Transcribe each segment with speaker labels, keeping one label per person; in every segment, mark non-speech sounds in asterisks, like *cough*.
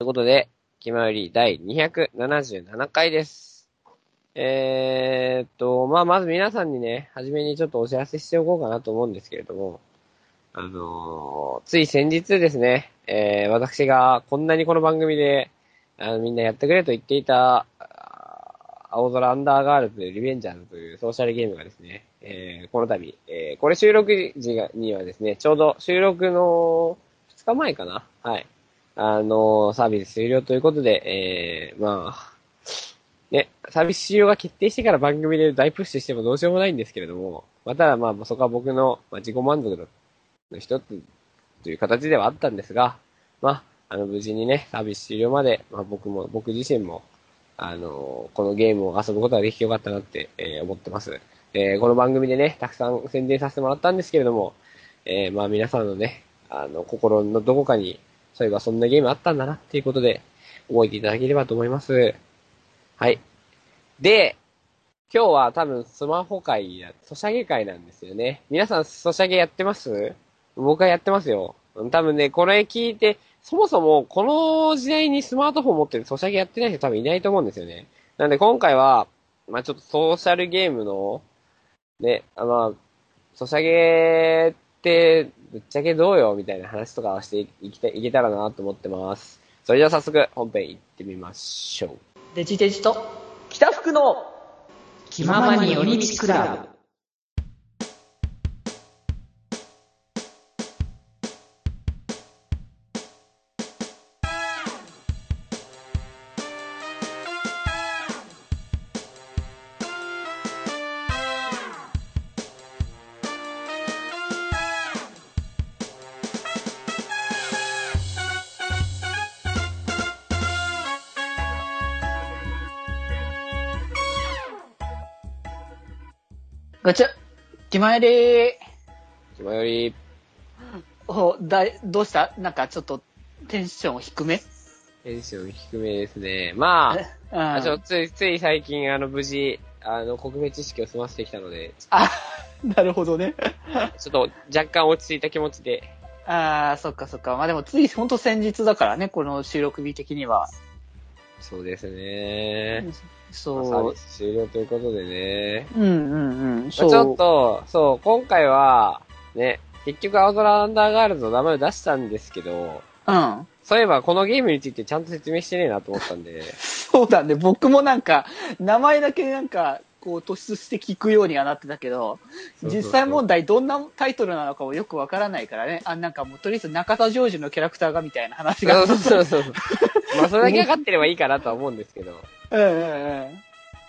Speaker 1: ことで、気まより第277回です。えーっと、まあ、まず皆さんにね、はじめにちょっとお知らせしておこうかなと思うんですけれども、あのーつい先日ですね、えー私がこんなにこの番組で、あのみんなやってくれと言っていた、あー青空アンダーガールズリベンジャーズというソーシャルゲームがですね、えーこの度、えーこれ収録時がにはですね、ちょうど収録の2日前かなはい。あのーサービス終了ということで、えーまあ、ね、サービス終了が決定してから番組で大プッシュしてもどうしようもないんですけれども、まあただまあ、そこは僕の、まあ、自己満足のの一つという形ではあったんですが、まあ、あの、無事にね、サービス終了まで、まあ僕も、僕自身も、あのーこのゲームを遊ぶことができてよかったなって、えー思ってます。えーこの番組でね、たくさん宣伝させてもらったんですけれども、えーまあ皆さんのね、あの、心のどこかに、そういえばそんなゲームあったんだなっていうことで、覚えていただければと思います。はい。で、今日は多分スマホ会や、ソシャゲ会なんですよね。皆さんソシャゲやってます僕はやってますよ。うん多分ね、これ聞いて、そもそもこの時代にスマートフォン持ってるソシャゲやってない人多分いないと思うんですよね。なんで今回は、まあちょっとソーシャルゲームの、ね、あの、ソシャゲって、ぶっちゃけどうよみたいな話とかはしていいきたいけたらなと思ってます。それでは早速本編行ってみましょう。
Speaker 2: デジデジと
Speaker 3: 北福の
Speaker 2: 気ままに寄り道クラブ。ガチャ気前で
Speaker 1: 気まより、
Speaker 2: ーおだいどうしたなんかちょっとテンション低め
Speaker 1: テンション低めですね。ま
Speaker 2: え
Speaker 1: あ、
Speaker 2: あ
Speaker 1: あちょつい、つい最近、あの、無事、あの、国名知識を済ませてきたので、
Speaker 2: あ、なるほどね。
Speaker 1: ちょっと若干落ち着いた気持ちで、
Speaker 2: ああ、そっかそっか。まあでもついほんと先日だからね、この収録日的には。
Speaker 1: そうですね。まあサー
Speaker 2: そ
Speaker 1: ビス終了ということでね。
Speaker 2: う。うんうんうん。
Speaker 1: ま
Speaker 2: そ
Speaker 1: あ、
Speaker 2: う。
Speaker 1: ちょっと、そう、今回は、ね、結局青空アンダーガールズの名前を出したんですけど、
Speaker 2: うん。
Speaker 1: そういえばこのゲームについてちゃんと説明してねえなと思ったん
Speaker 2: *laughs*
Speaker 1: で、
Speaker 2: そうだね。僕もなんか、名前だけなんか、こう突出して聞くようにはなってたけど、
Speaker 1: そうそう
Speaker 2: 実際問題どんなタイトルなのかもよくわからないからね。あ、なんかもうとりあえず中田ジョージのキャラクターがみたいな話が。
Speaker 1: そうそうそうそう。まあ、それだけ分かってればいいかなとは思うんですけど。
Speaker 2: *laughs* うんうんうん。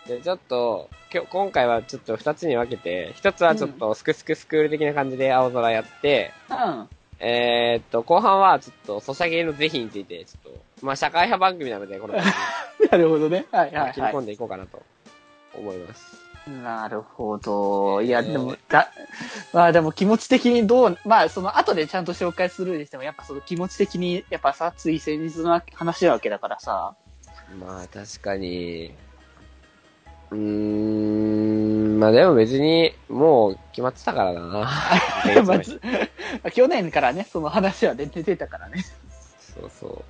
Speaker 1: で、ちょっと、今日、今回はちょっと二つに分けて、一つはちょっとスクスクスクール的な感じで青空やって、
Speaker 2: うん。
Speaker 1: えー、っと、後半はちょっと、ソシャゲの是非について、ちょっと、まあ、社会派番組なので、この番
Speaker 2: なるほどね。はい
Speaker 1: 組
Speaker 2: は
Speaker 1: に
Speaker 2: い
Speaker 1: 切り込
Speaker 2: は
Speaker 1: んでいこうかなと思います。
Speaker 2: い。なるほど。いや、
Speaker 1: えー
Speaker 2: でも、だ、まあでも気持ち的にどう、まあその後でちゃんと紹介するにしても、やっぱその気持ち的に、やっぱさ、つい先日の話なわけだからさ。。
Speaker 1: まあ、確かに、うーん、まあでも別に、もう決まってたからな
Speaker 2: *laughs* まず、去年からね、その話は出てたからね。
Speaker 1: そうそう。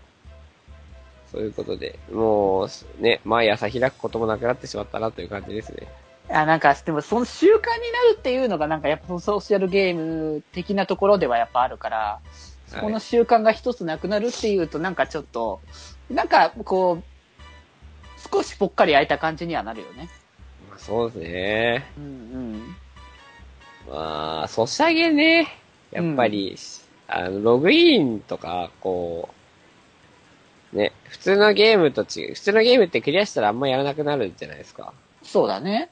Speaker 1: そういうことで、もう、ね、毎朝開くこともなくなってしまったなという感じですね。
Speaker 2: あなんか、でも、その習慣になるっていうのが、なんか、やっぱ、ソーシャルゲーム的なところではやっぱあるから、
Speaker 1: はい
Speaker 2: この習慣が一つなくなるっていうと、なんかちょっと、なんか、こう、少しぽっかり空いた感じにはなるよね。
Speaker 1: まあ、そうですね。
Speaker 2: うんうん。
Speaker 1: まあ、ソシャゲね。やっぱり、あの、ログインとか、こう、ね、普通のゲームと違う。普通のゲームってクリアしたらあんまやらなくなるじゃないですか。
Speaker 2: そうだね。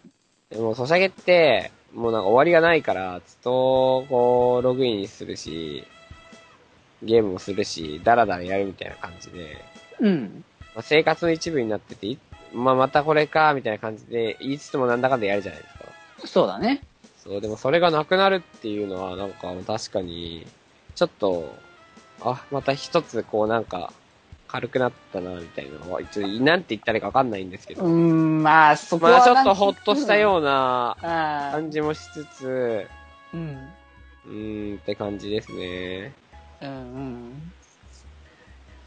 Speaker 1: でも、ソシャゲって、もうなんか終わりがないから、ずっと、こう、ログインするし、ゲームもするし、ダラダラやるみたいな感じで、
Speaker 2: うん。
Speaker 1: まあ、生活の一部になってて、いまあ、またこれか、みたいな感じで、言いつつもなんだかんだやるじゃないですか。
Speaker 2: そうだね。
Speaker 1: そう、でもそれがなくなるっていうのは、なんか確かに、ちょっと、あ、また一つこうなんか、軽くなったな、みたいなのは、一応、なんて言ったらいいかわかんないんですけ
Speaker 2: う
Speaker 1: ど、
Speaker 2: ーん、まあ、そこは
Speaker 1: まあち
Speaker 2: な
Speaker 1: ょ
Speaker 2: んか。
Speaker 1: っとほっとしたような
Speaker 2: うん。ああ。
Speaker 1: 感じもしつつ、
Speaker 2: うん。
Speaker 1: うーんって感じですね。
Speaker 2: うんうん。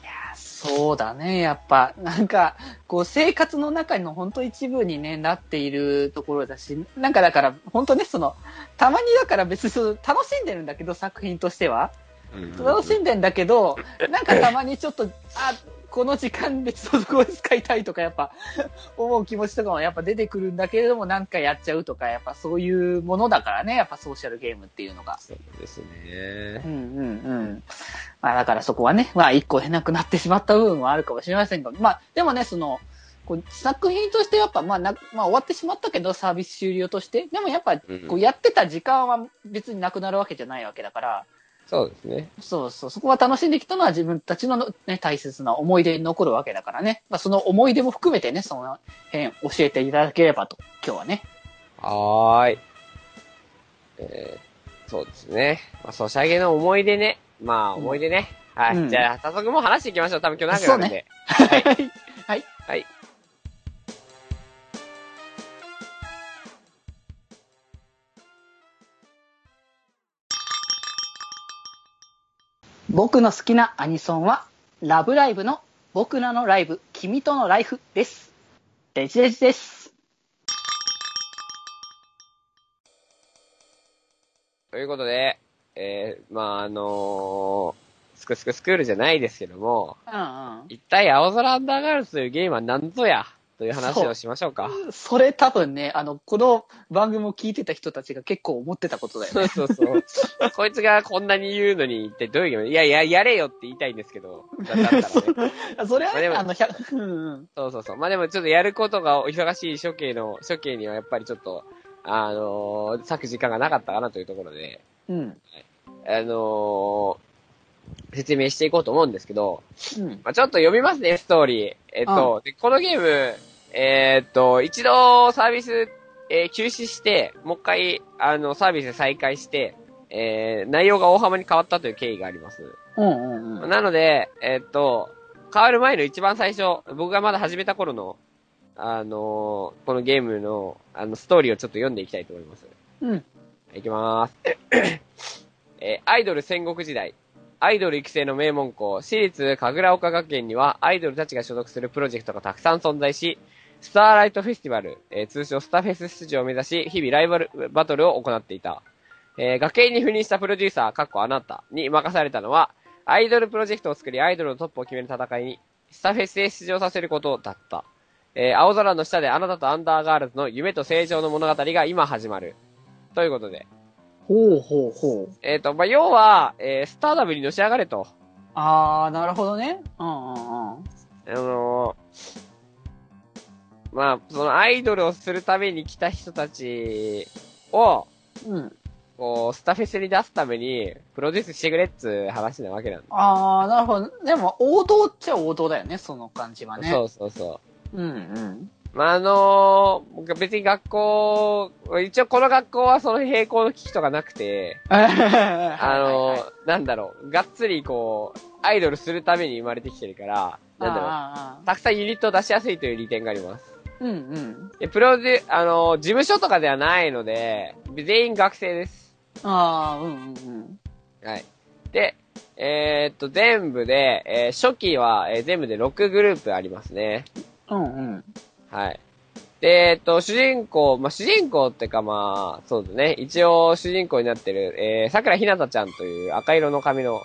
Speaker 2: いやー、そうだね、やっぱ。なんか、こう、生活の中の本当一部にね、なっているところだし、なんかだから、本当ね、その、たまにだから別にその楽しんでるんだけど、作品としては。楽しんでんだけど、なんかたまにちょっと、あ、この時間別のところで使いたいとか、やっぱ、思う気持ちとかもやっぱ出てくるんだけれども、なんかやっちゃうとか、やっぱそういうものだからね、やっぱソーシャルゲームっていうのが。
Speaker 1: そうです
Speaker 2: う
Speaker 1: ね。
Speaker 2: んうんうん。まあだからそこはね、まあ一個減なくなってしまった部分はあるかもしれませんが、まあでもね、その、こう作品としてやっぱまあな、まあ終わってしまったけどサービス終了として、でもやっぱこ
Speaker 1: う
Speaker 2: うんやってた時間は別になくなるわけじゃないわけだから、
Speaker 1: そうですね。
Speaker 2: そうそう、そこは楽しんできたのは自分たちのね、大切な思い出に残るわけだからね、まあその思い出も含めてね、その辺教えていただければと、今日はね。
Speaker 1: はーい。えー、そうですね。まあ、ソシャゲの思い出ね。まあ、思い出ね。はい、
Speaker 2: うん
Speaker 1: じゃあ、早速もう話していきましょう。多分今日長くなるんで。
Speaker 2: はい。
Speaker 1: はい。
Speaker 2: 僕の好きなアニソンは、ラブライブの僕らのライブ、君とのライフです。レジレジです。
Speaker 1: ということで、えー、まあ、あのー、スクスクスクールじゃないですけども、
Speaker 2: うん
Speaker 1: 一体青空アンダーガールズというゲームは何ぞやという話をしましょうか。
Speaker 2: うん。それ多分ね、あの、この番組を聞いてた人たちが結構思ってたことだよね。
Speaker 1: そうそうそう。こいつがこんなに言うのに一体どういうゲームいやいや、やれよって言いたいんですけど。だだったらね。
Speaker 2: それは、
Speaker 1: まあでも
Speaker 2: あの、100、うんうん。
Speaker 1: そうそうそう。まあでもちょっとやることがお忙しい処刑の、処刑にはやっぱりちょっと、あのー、割く時間がなかったかなというところで、
Speaker 2: うん。
Speaker 1: あのー、説明していこうと思うんですけど、
Speaker 2: うん。
Speaker 1: まあちょっと読みますね、ストーリー。えっと、でこのゲーム、えーっと、一度サービス、えー休止して、もう一回、あの、サービス再開して、えー、内容が大幅に変わったという経緯があります。
Speaker 2: うんうんうん。
Speaker 1: なので、えっと、変わる前の一番最初、僕がまだ始めた頃の、あのーこのゲームの、あの、ストーリーをちょっと読んでいきたいと思います。
Speaker 2: うん。
Speaker 1: いきまーす。 *coughs* えーアイドル戦国時代。アイドル育成の名門校、私立神楽岡学園にはアイドルたちが所属するプロジェクトがたくさん存在し、スターライトフェスティバル、えー通称スタフェス出場を目指し、日々ライバルバトルを行っていた。えー学園に赴任したプロデューサー、かっこあなたに任されたのは、アイドルプロジェクトを作り、アイドルのトップを決める戦いに、スタフェスへ出場させることだった。えー青空の下であなたとアンダーガールズの夢と成長の物語が今始まる。ということで。
Speaker 2: ほうほうほう。
Speaker 1: えっ、と、まあ、要は、えースターダムにのし上がれと。
Speaker 2: あー、なるほどね。うんうんうん。
Speaker 1: あのーまあ、そのアイドルをするために来た人たちを、
Speaker 2: うん。
Speaker 1: こう、スタフェスに出すために、プロデュースしてくれっつう話なわけなんだ。
Speaker 2: あー、なるほど。でも、王道っちゃ王道だよね、その感じはね。
Speaker 1: そうそうそう。
Speaker 2: うんうん。
Speaker 1: まあ、あのー僕は別に学校、一応この学校はその並行の危機とかなくて、あ
Speaker 2: あ
Speaker 1: のーなんだろう、がっつりこう、アイドルするために生まれてきてるから、なんだろ
Speaker 2: あ
Speaker 1: う、たくさんユニットを出しやすいという利点があります。
Speaker 2: ーあーうんうん。
Speaker 1: で、プロデュ、あの、事務所とかではないので、全員学生です。
Speaker 2: ああ、うんうん
Speaker 1: はい。で、えーっと、全部で、えー初期は、えー全部で6グループありますね。
Speaker 2: うん。うんうん。
Speaker 1: はい。で、えーっと、主人公、まあ、主人公ってかまあ、そうだね。一応、主人公になってる、えー、桜ひなたちゃんという赤色の髪の、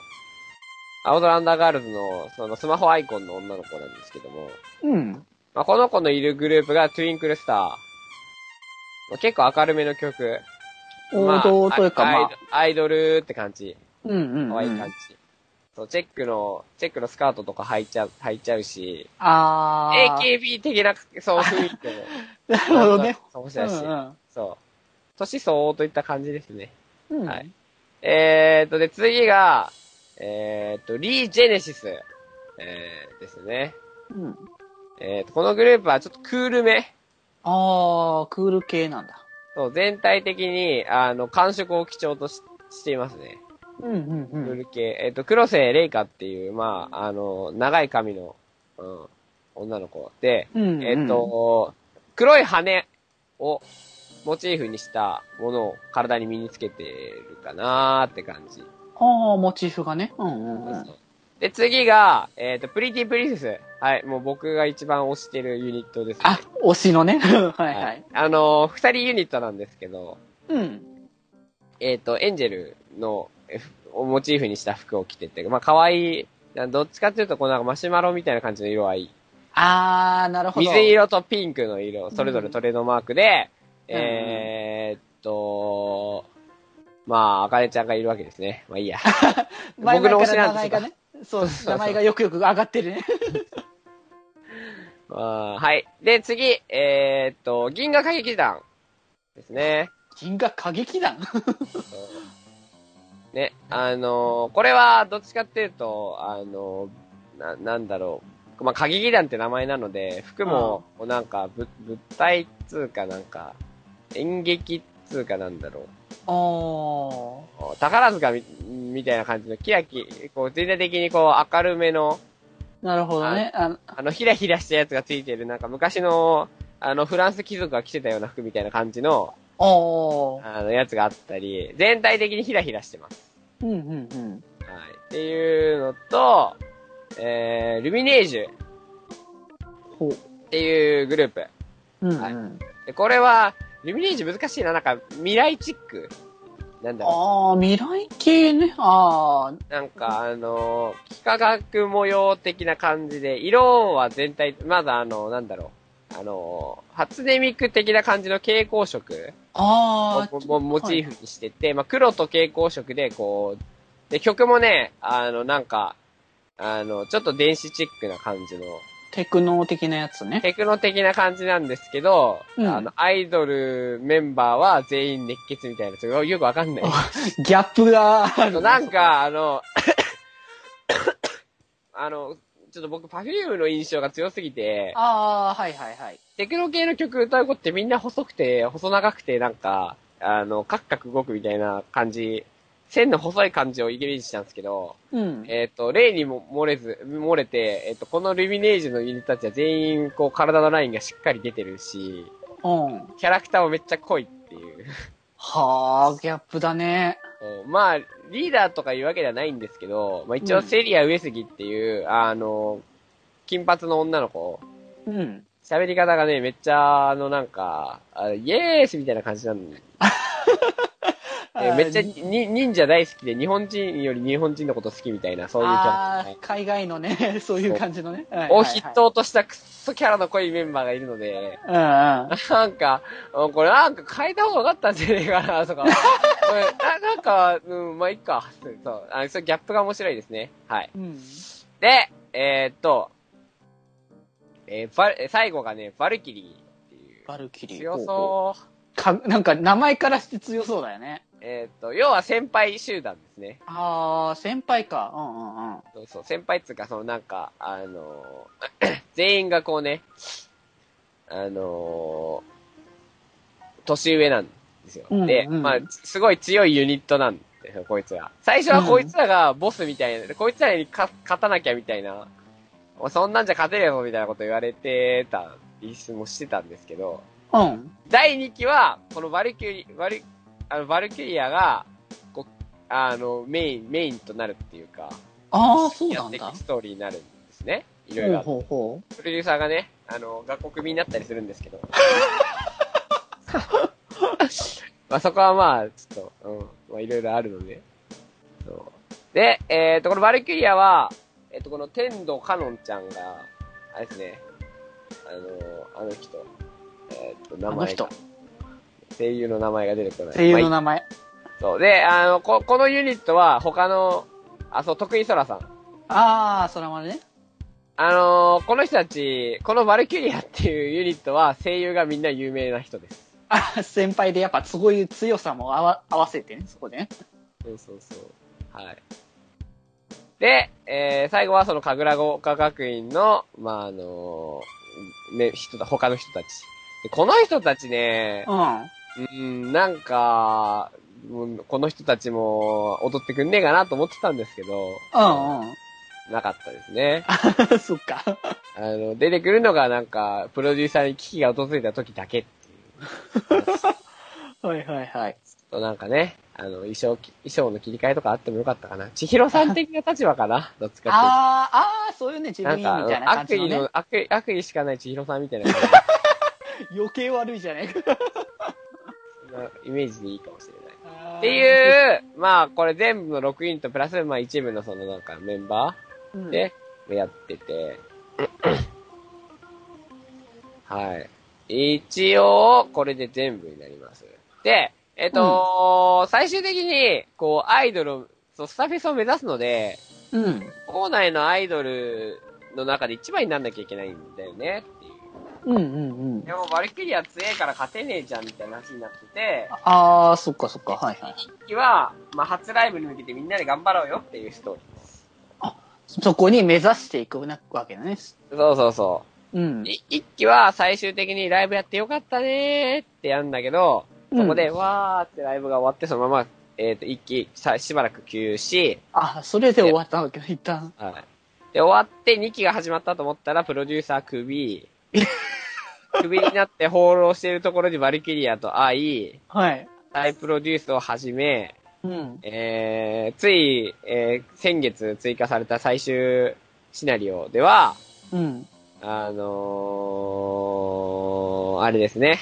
Speaker 1: アウトランダーガールズの、そのスマホアイコンの女の子なんですけども、
Speaker 2: うん。
Speaker 1: まあ、この子のいるグループがトゥインクルスター。まあ、結構明るめの曲。
Speaker 2: 王道というか、まあ
Speaker 1: アイ、ドアイドルって感じ。
Speaker 2: うんうん、
Speaker 1: 可愛い感じ。そう、チェックの、チェックのスカートとか履いちゃう、履いちゃうし、
Speaker 2: ああ。
Speaker 1: AKB 的な、そう、雰囲気も。
Speaker 2: *laughs* なるほどね。
Speaker 1: そうし
Speaker 2: う
Speaker 1: だし、
Speaker 2: ん
Speaker 1: そう。年相応といった感じですね。
Speaker 2: うん。
Speaker 1: はい。えーっと、で、次が、えーっと、リー・ジェネシス。えー、ですね。
Speaker 2: うん。
Speaker 1: えーっと、このグループはちょっとクールめ。
Speaker 2: ああ、クール系なんだ。
Speaker 1: そう、全体的に、あの、感触を基調とししていますね。
Speaker 2: うんうんう
Speaker 1: クー
Speaker 2: ん。
Speaker 1: ル系。えっ、と、黒瀬レイカっていう、まあ、あの、長い髪の、うん、女の子で、
Speaker 2: うんうん
Speaker 1: えっ、と、黒い羽をモチーフにしたものを体に身につけてるかなーって感じ。
Speaker 2: ああ、モチーフがね。うんうんうん。
Speaker 1: でで、次が、えっ、と、プリティプリンセス。はい、もう僕が一番推してるユニットです、
Speaker 2: あ、推しのね。 *laughs* はい
Speaker 1: は
Speaker 2: はい
Speaker 1: い。。あのー二人ユニットなんですけど、
Speaker 2: うん。
Speaker 1: えっ、と、エンジェルの、えふをモチーフにした服を着てて、まあ、可愛い、などっちかっていうと、こうなんかマシュマロみたいな感じの色合い。
Speaker 2: あー、なるほど。
Speaker 1: 水色とピンクの色、それぞれトレードマークで、
Speaker 2: うん
Speaker 1: えーっと、まあ、あかねちゃんがいるわけですね。まあいいや。
Speaker 2: 前
Speaker 1: 僕の
Speaker 2: 々
Speaker 1: 推し
Speaker 2: から
Speaker 1: な
Speaker 2: 名
Speaker 1: んです
Speaker 2: 前
Speaker 1: が
Speaker 2: がね。そ
Speaker 1: そう、
Speaker 2: う
Speaker 1: そう
Speaker 2: 名前がよくよく上がってるね。
Speaker 1: あーはい。で、次、えーっと、銀河歌劇団ですね。
Speaker 2: 銀河歌劇団
Speaker 1: ね、あのーこれは、どっちかっていうと、あのーな、なんだろう。まあ、歌劇団って名前なので、服も、こうなんか、ぶ物体っつうかなんか、演劇っつうかなんだろう。
Speaker 2: おー。
Speaker 1: 宝塚みみたいな感じのキラキ、こう全体的にこう明るめの、
Speaker 2: なるほどね。あの
Speaker 1: あのヒラヒラしたやつがついてる、なんか昔の、あのフランス貴族が着てたような服みたいな感じの、
Speaker 2: おー。
Speaker 1: あのやつがあったり、全体的にヒラヒラしてます。
Speaker 2: うんうんう
Speaker 1: は
Speaker 2: ん。
Speaker 1: い。っていうのと、えー、ルミネージュっ
Speaker 2: ほう。
Speaker 1: ていうグループ。
Speaker 2: うん、うん。
Speaker 1: はいでこれは、ルミネージュ難しいな、なんか未来チック。なんだろう。
Speaker 2: あー、未来系ね。あー。
Speaker 1: なんか、あのー、幾何学模様的な感じで、色は全体、まだあの、なんだろう、あのー、初音ミク的な感じの蛍光色
Speaker 2: あ
Speaker 1: を
Speaker 2: ー。
Speaker 1: もモチーフにしてて、まあ、黒と蛍光色で、こう、で、曲もね、あの、なんか、あの、ちょっと電子チックな感じの、
Speaker 2: テクノ的なやつね。
Speaker 1: テクノ的な感じなんですけど、
Speaker 2: うん
Speaker 1: あの、アイドルメンバーは全員熱血みたいな、ちょっとよくわかんない。
Speaker 2: ギャップがあ
Speaker 1: あ
Speaker 2: る
Speaker 1: となん、か、あの、 *coughs* あの、ちょっと僕、パフュームの印象が強すぎて、
Speaker 2: あー、はいはいはい。
Speaker 1: テクノ系の曲歌う子ってみんな細くて、細長くて、なんか、あの、カクカク動くみたいな感じ、線の細い感じをイメージしたんですけど、
Speaker 2: うん。
Speaker 1: えっ、と、例にも漏れず、漏れて、えっ、と、このルミネージュのユニットたちは全員、こう、体のラインがしっかり出てるし、
Speaker 2: うん。
Speaker 1: キャラクターもめっちゃ濃いっていう。 *laughs*
Speaker 2: はー、ギャップだね。
Speaker 1: そうまあ、リーダーとかいうわけではないんですけど、まあ一応
Speaker 2: うん
Speaker 1: セリア上杉っていう、あの、金髪の女の子、
Speaker 2: うん。
Speaker 1: 喋り方がね、めっちゃ、あの、なんか、あイエースみたいな感じなんで、えめっちゃに忍者大好きで、日本人より日本人のこと好きみたいな、そういうキャラク
Speaker 2: あ
Speaker 1: ター
Speaker 2: ー、海外のね、 *laughs* そういう感じのね。はいはいはい
Speaker 1: を筆頭としたクソキャラの濃いメンバーがいるので、
Speaker 2: うんうん。
Speaker 1: なんか、うんこれなんか変えた方が良かったんじゃねえかな、とか。これななんか、うん、まあ、いっか。そう。あそうギャップが面白いですね。はい。
Speaker 2: うん。
Speaker 1: で、えーっと、えーバルえー最後がね、バルキリーっていう。
Speaker 2: バルキリー。
Speaker 1: 強
Speaker 2: ほうほ
Speaker 1: そう。
Speaker 2: うか、なんか名前からして強そうだよね。
Speaker 1: えーっと、要は先輩集団ですね。
Speaker 2: あー、先輩か。うんうんうん。
Speaker 1: そうそう、先輩っつうか、そのなんか、あの *clears throat* ー全員がこうね、あのー年上なんですよ。
Speaker 2: うん
Speaker 1: で、
Speaker 2: うん
Speaker 1: まあ、すごい強いユニットなんですよ、こいつら。最初はこいつらがボスみたいな、こいつらにか勝たなきゃみたいな、おそんなんじゃ勝てねえぞみたいなこと言われてた、一瞬もしてたんですけど、
Speaker 2: うん。
Speaker 1: 第2期は、このバルキュリ、バル、あの、バルキュリアが、こう、あの、メイン、メインとなるっていうか、
Speaker 2: あー、そうなん
Speaker 1: やっ
Speaker 2: だ
Speaker 1: ていく。ストーリーになるんですね。いろい
Speaker 2: ほう
Speaker 1: ろあって。
Speaker 2: ほうほう。
Speaker 1: プロデューサーがね、あの、学校クビになったりするんですけ
Speaker 2: *laughs*
Speaker 1: ど。まあそこはまあ、ちょっと、うん。まあいろいろあるので。そうで、えっ、と、このバルキュリアは、えっ、と、この天童カノンちゃんが、あれですね、あの、あの人、えっ、と、名前
Speaker 2: あの
Speaker 1: が
Speaker 2: 人。
Speaker 1: 声優の名前が出てこない。
Speaker 2: 声優
Speaker 1: ま
Speaker 2: の
Speaker 1: あ
Speaker 2: 名前。
Speaker 1: そう。で、あの、こ、このユニットは他の、あ、そう、徳井空さん。
Speaker 2: あー、そらまでね。
Speaker 1: あのーこの人たち、このバルキュリアっていうユニットは声優がみんな有名な人です。
Speaker 2: あー、先輩でやっぱそういう強さも合わ合わせてね、そこでね。
Speaker 1: そうそうそう。はい。で、えー、最後はその神楽岡学院の、まあ、あのーね、人だ、他の人たち。でこの人たちね、
Speaker 2: うん。
Speaker 1: うん、なんか、もうこの人たちも踊ってくんねえかなと思ってたんですけど、
Speaker 2: うんうん。 *laughs*
Speaker 1: なかったですね。
Speaker 2: そっか。
Speaker 1: あの、出てくるのがなんか、プロデューサーに危機が訪れた時だけっていう。
Speaker 2: はいはいはい。
Speaker 1: ちょっとなんかね、あの、衣装き、衣装の切り替えとかあってもよかったかな。千尋さん的な立場か
Speaker 2: *laughs*
Speaker 1: などっちか
Speaker 2: あー、あー、そういうね、自
Speaker 1: ってい
Speaker 2: 分
Speaker 1: うと。な
Speaker 2: いいみ
Speaker 1: ん
Speaker 2: た
Speaker 1: か、
Speaker 2: いな感
Speaker 1: 悪
Speaker 2: じの
Speaker 1: 意
Speaker 2: ね
Speaker 1: の。、悪意、悪意しかない千尋さんみたいな感
Speaker 2: 余計悪いじゃねえか。
Speaker 1: じなイメージでいいかもしれ
Speaker 2: *laughs*
Speaker 1: ない。
Speaker 2: っ
Speaker 1: っていう、まあ、これ全部の6人とプラス、まあ一部のそのなんかメンバ
Speaker 2: うん
Speaker 1: ーでやってて、 *clears throat* はい。一応、これで全部になります。で、えっ、と最終的に、こう、アイドルを、そうスタフェスを目指すので、
Speaker 2: うん。
Speaker 1: 校内のアイドルの中で一番になんなきゃいけないんだよねっていう。
Speaker 2: うんうんうん
Speaker 1: で。も、バルキリア強えから勝てねえじゃんみたいな話になってて、
Speaker 2: あー、そっかそっか、はいはい。
Speaker 1: 一期は、まあ、初ライブに向けてみんなで頑張ろうよっていうストーリーです。
Speaker 2: そこに目指していくわけだね。
Speaker 1: そうそうそうう。
Speaker 2: ん。
Speaker 1: い一期は最終的にライブやってよかったねーってやるんだけど、そこで、わーってライブが終わって、そのまま、えっ、と、一期さ、しばらく休止し、
Speaker 2: あ、それで終わったわけだ、一旦。
Speaker 1: はい。で、終わって2期が始まったと思ったら、プロデューサークビクビになって放浪しているところにバルキリアと会い、
Speaker 2: はい。
Speaker 1: 再プロデュースを始め、
Speaker 2: うん。
Speaker 1: えー、つい、えー、先月追加された最終シナリオでは、
Speaker 2: うん。
Speaker 1: あのー、あれですね。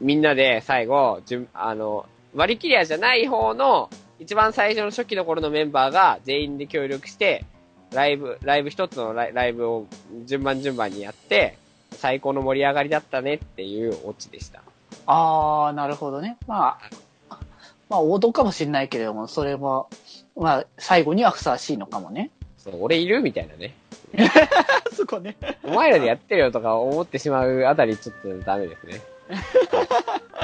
Speaker 1: みんなで最後、じゅあの、バルキリアじゃない方の、一番最初の初期の頃のメンバーが全員で協力して、ライブ、ライブ一つのライライブを順番順番にやって、最高の盛り上がりだったねっていうオチでした。
Speaker 2: あー、なるほどね。まあ、まあ、王道かもしれないけれども、それも、まあ、最後にはふさわしいのかも *laughs* ね。
Speaker 1: そう、俺いるみたいなね。
Speaker 2: そこね。
Speaker 1: お前らでやってるよとか思ってしまうあたりちょっとダメですね。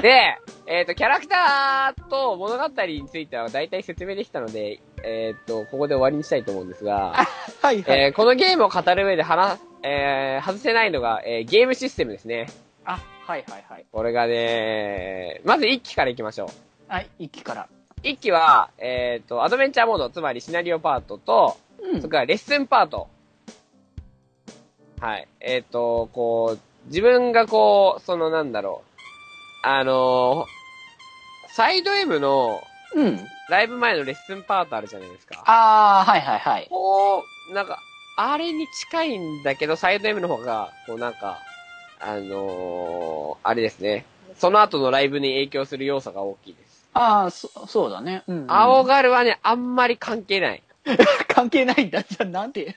Speaker 1: で、えっ、と、キャラクターと物語については大体説明できたので、えっ、と、ここで終わりにしたいと思うんですが、
Speaker 2: はいはい。
Speaker 1: えーこのゲームを語る上で話す、えー外せないのが、えーゲームシステムですね。
Speaker 2: あ、はいはいはい。
Speaker 1: これがね、まず1期からいきましょう。
Speaker 2: はい、一気から。
Speaker 1: 1期は、えっ、と、アドベンチャーモード、つまりシナリオパートと、
Speaker 2: う
Speaker 1: それからレッスンパート。はい。えっ、と、こう、自分がこう、そのなんだろう。あのーサイド M の
Speaker 2: うん。
Speaker 1: ライブ前のレッスンパートあるじゃないですか。
Speaker 2: あー、はいはいはい。
Speaker 1: こう、なんか、あれに近いんだけど、サイド M の方が、こうなんか、あのーあれですね。その後のライブに影響する要素が大きいです。
Speaker 2: あー、そそうだね。うん、うん。
Speaker 1: 青ガルはね、あんまり関係ない。
Speaker 2: 関係ないんだ。じゃあなんで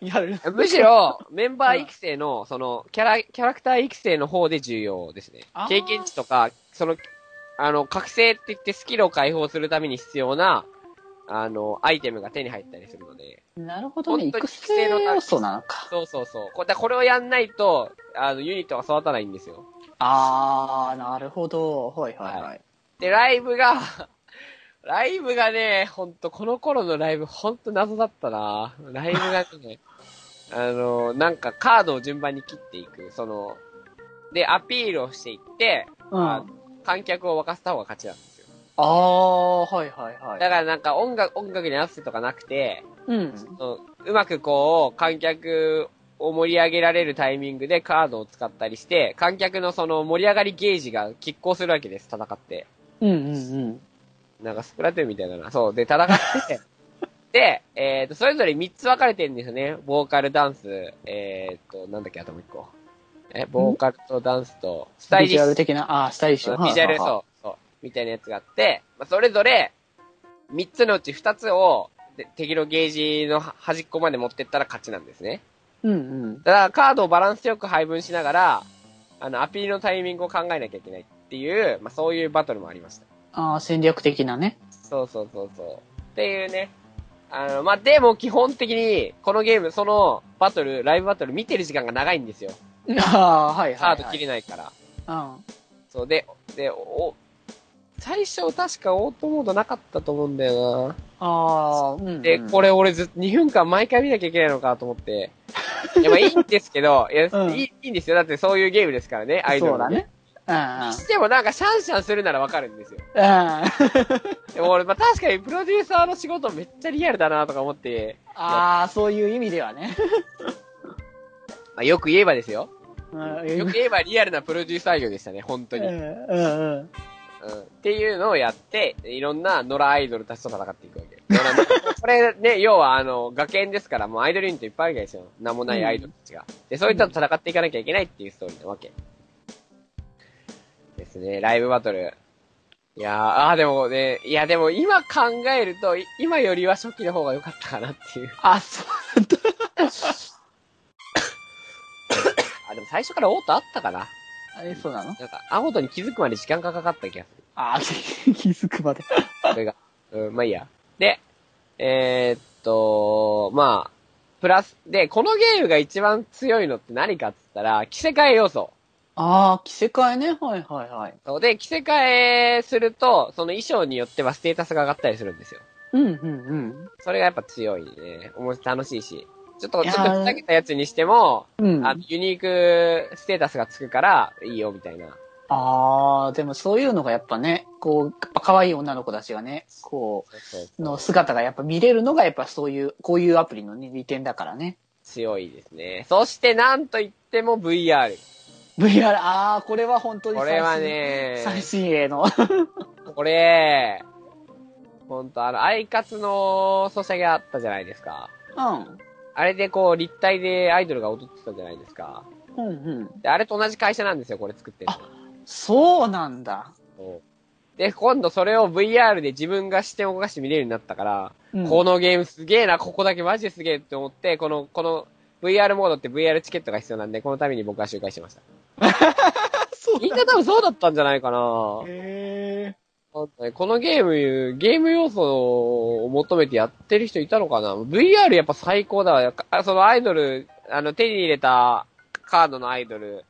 Speaker 2: やる
Speaker 1: むしろ、メンバー育成の、その、キャラ、キャラクター育成の方で重要ですね
Speaker 2: あ。ー
Speaker 1: 経験値とか、その、あの、覚醒って言ってスキルを解放するために必要な、あの、アイテムが手に入ったりするので。
Speaker 2: *laughs* なるほどね。
Speaker 1: 本当に
Speaker 2: 育成要素なのか。
Speaker 1: そうそうそう。こだこれをやんないと、あの、ユニットが育たないんですよ。
Speaker 2: あー、なるほど。はいはいはい。
Speaker 1: はで、ライブが、 *laughs* ライブがね、ほんと、この頃のライブ、ほんと謎だったなライブがね、 *laughs* あの、なんかカードを順番に切っていく、その、で、アピールをしていって、
Speaker 2: うん。
Speaker 1: あ観客を沸かせた方が勝ちなんですよ。
Speaker 2: あー、はいはい
Speaker 1: だ
Speaker 2: は
Speaker 1: か
Speaker 2: い。
Speaker 1: らなんか音楽、音楽に合わせてとかなくて、
Speaker 2: うん。
Speaker 1: そのうまくこう、観客を盛り上げられるタイミングでカードを使ったりして、観客のその盛り上がりゲージが拮抗するわけです、戦って。
Speaker 2: うんうんうん。
Speaker 1: なんかスプラトゥーンみたいだな。そう。で、戦って。
Speaker 2: *laughs*
Speaker 1: で、えっ、と、それぞれ3つ分かれてるんですよね。ボーカル、ダンス、えっ、と、なんだっけ、あともう1個。え、ボーカルとダンスと、スタイリ
Speaker 2: ビジ
Speaker 1: ッ
Speaker 2: ュア
Speaker 1: シュ
Speaker 2: ル的な、あー、スタイリッシュ。
Speaker 1: ビジュアル、
Speaker 2: は
Speaker 1: そう、そう、みたいなやつがあって、まあ、それぞれ、3つのうち2つを、で敵のゲージの端っこまで持ってったら勝ちなんですね。
Speaker 2: いはいはいうんうん。
Speaker 1: だから、カードをバランスよく配分しながら、あの、アピールのタイミングを考えなきゃいけないっていう、まあ、そういうバトルもありました。
Speaker 2: あー、戦略的なね。
Speaker 1: そうそうそうそう。っていうね。あの、まあ、でも基本的に、このゲーム、そのバトル、ライブバトル見てる時間が長いんですよ。
Speaker 2: *laughs* あー、はいは
Speaker 1: カ
Speaker 2: い、はい。
Speaker 1: ード切れないから。
Speaker 2: うん。
Speaker 1: そう、で、で、お、最初確かオートモードなかったと思うんだよな。
Speaker 2: ああ、うん、
Speaker 1: で、これ俺ずっと2分間毎回見なきゃいけないのかと思って。いや、まあいいんですけど、いや、
Speaker 2: うん
Speaker 1: いいいいんですよ。だってそういうゲームですからね、アイド
Speaker 2: そ
Speaker 1: ル
Speaker 2: う
Speaker 1: の
Speaker 2: だね。うんうん。
Speaker 1: でもなんかシャンシャンするならわかるんですよ。
Speaker 2: あ
Speaker 1: でも俺、まあ確かにプロデューサーの仕事めっちゃリアルだなとか思って、
Speaker 2: あー、そういう意味ではね。
Speaker 1: まあ、よく言えばですよ。
Speaker 2: うん、
Speaker 1: よく言えばリアルなプロデューサー業でしたね、本当
Speaker 2: うん、う
Speaker 1: に。
Speaker 2: ん、うん。
Speaker 1: うん。っていうのをやって、いろんな野良アイドルたちと戦っていくわけ。野良 *laughs* これね、要はあの、学園ですから、もうアイドルユニットいっぱいあるわけですよ。名もないアイドルたちが。で、そういったと戦っていかなきゃいけないっていうストーリーなわけ。ですね、ライブバトル。いやー、あーでもね、いやでも今考えると、い今よりは初期の方が良かったかなっていう。
Speaker 2: あ、そうなんだ。
Speaker 1: あ、でも最初からオートあったかな。
Speaker 2: あれ、そうなの
Speaker 1: なんか、アゴトに気づくまで時間がかかった気がする。
Speaker 2: あ、 *laughs* 気づくまで。
Speaker 1: これが。うん、まあいいや。で、えーっと、まあ、プラス、で、このゲームが一番強いのって何かっつったら、着せ替え要素。
Speaker 2: ああ、着せ替えね。はいはいはい。
Speaker 1: そうで、着せ替えすると、その衣装によってはステータスが上がったりするんですよ。
Speaker 2: うんうんうん。
Speaker 1: それがやっぱ強いね。おもし楽しいし。ちょっと、
Speaker 2: い
Speaker 1: ちょ
Speaker 2: や
Speaker 1: っ
Speaker 2: ー
Speaker 1: とふざけたやつにしても、
Speaker 2: うん、
Speaker 1: あのユニークステータスがつくから、いいよ、みたいな。
Speaker 2: ああ、でもそういうのがやっぱね、こう、やっぱ可愛い女の子たちがね、こ
Speaker 1: そうそう
Speaker 2: う、
Speaker 1: そう
Speaker 2: の姿がやっぱ見れるのがやっぱそういう、こういうアプリのね、利点だからね。
Speaker 1: 強いですね。そして、なんといっても VR。
Speaker 2: VR、ああ、これは本当に
Speaker 1: こ
Speaker 2: 最
Speaker 1: れ
Speaker 2: 新
Speaker 1: はね、
Speaker 2: 最新鋭の。
Speaker 1: これ、ほんと、あの、アイカツのソシャゲあったじゃないですか。
Speaker 2: うん。
Speaker 1: あれでこう、立体でアイドルが踊ってたじゃないですか。
Speaker 2: うんうん。
Speaker 1: で、あれと同じ会社なんですよ、これ作ってる
Speaker 2: そうなんだ。
Speaker 1: の。で、今度それを VR で自分が視点を動かして見れるようになったから、
Speaker 2: うん
Speaker 1: このゲームすげえな、ここだけマジですげえって思って、この、この、VR モードって VR チケットが必要なんで、このために僕は周回しました。
Speaker 2: *laughs* そう
Speaker 1: みんな多分そうだったんじゃないかな
Speaker 2: へえ。
Speaker 1: わかんないこのゲーム、ゲーム要素を求めてやってる人いたのかな ?VR やっぱ最高だわ。あそのアイドル、あの手に入れたカードのアイドル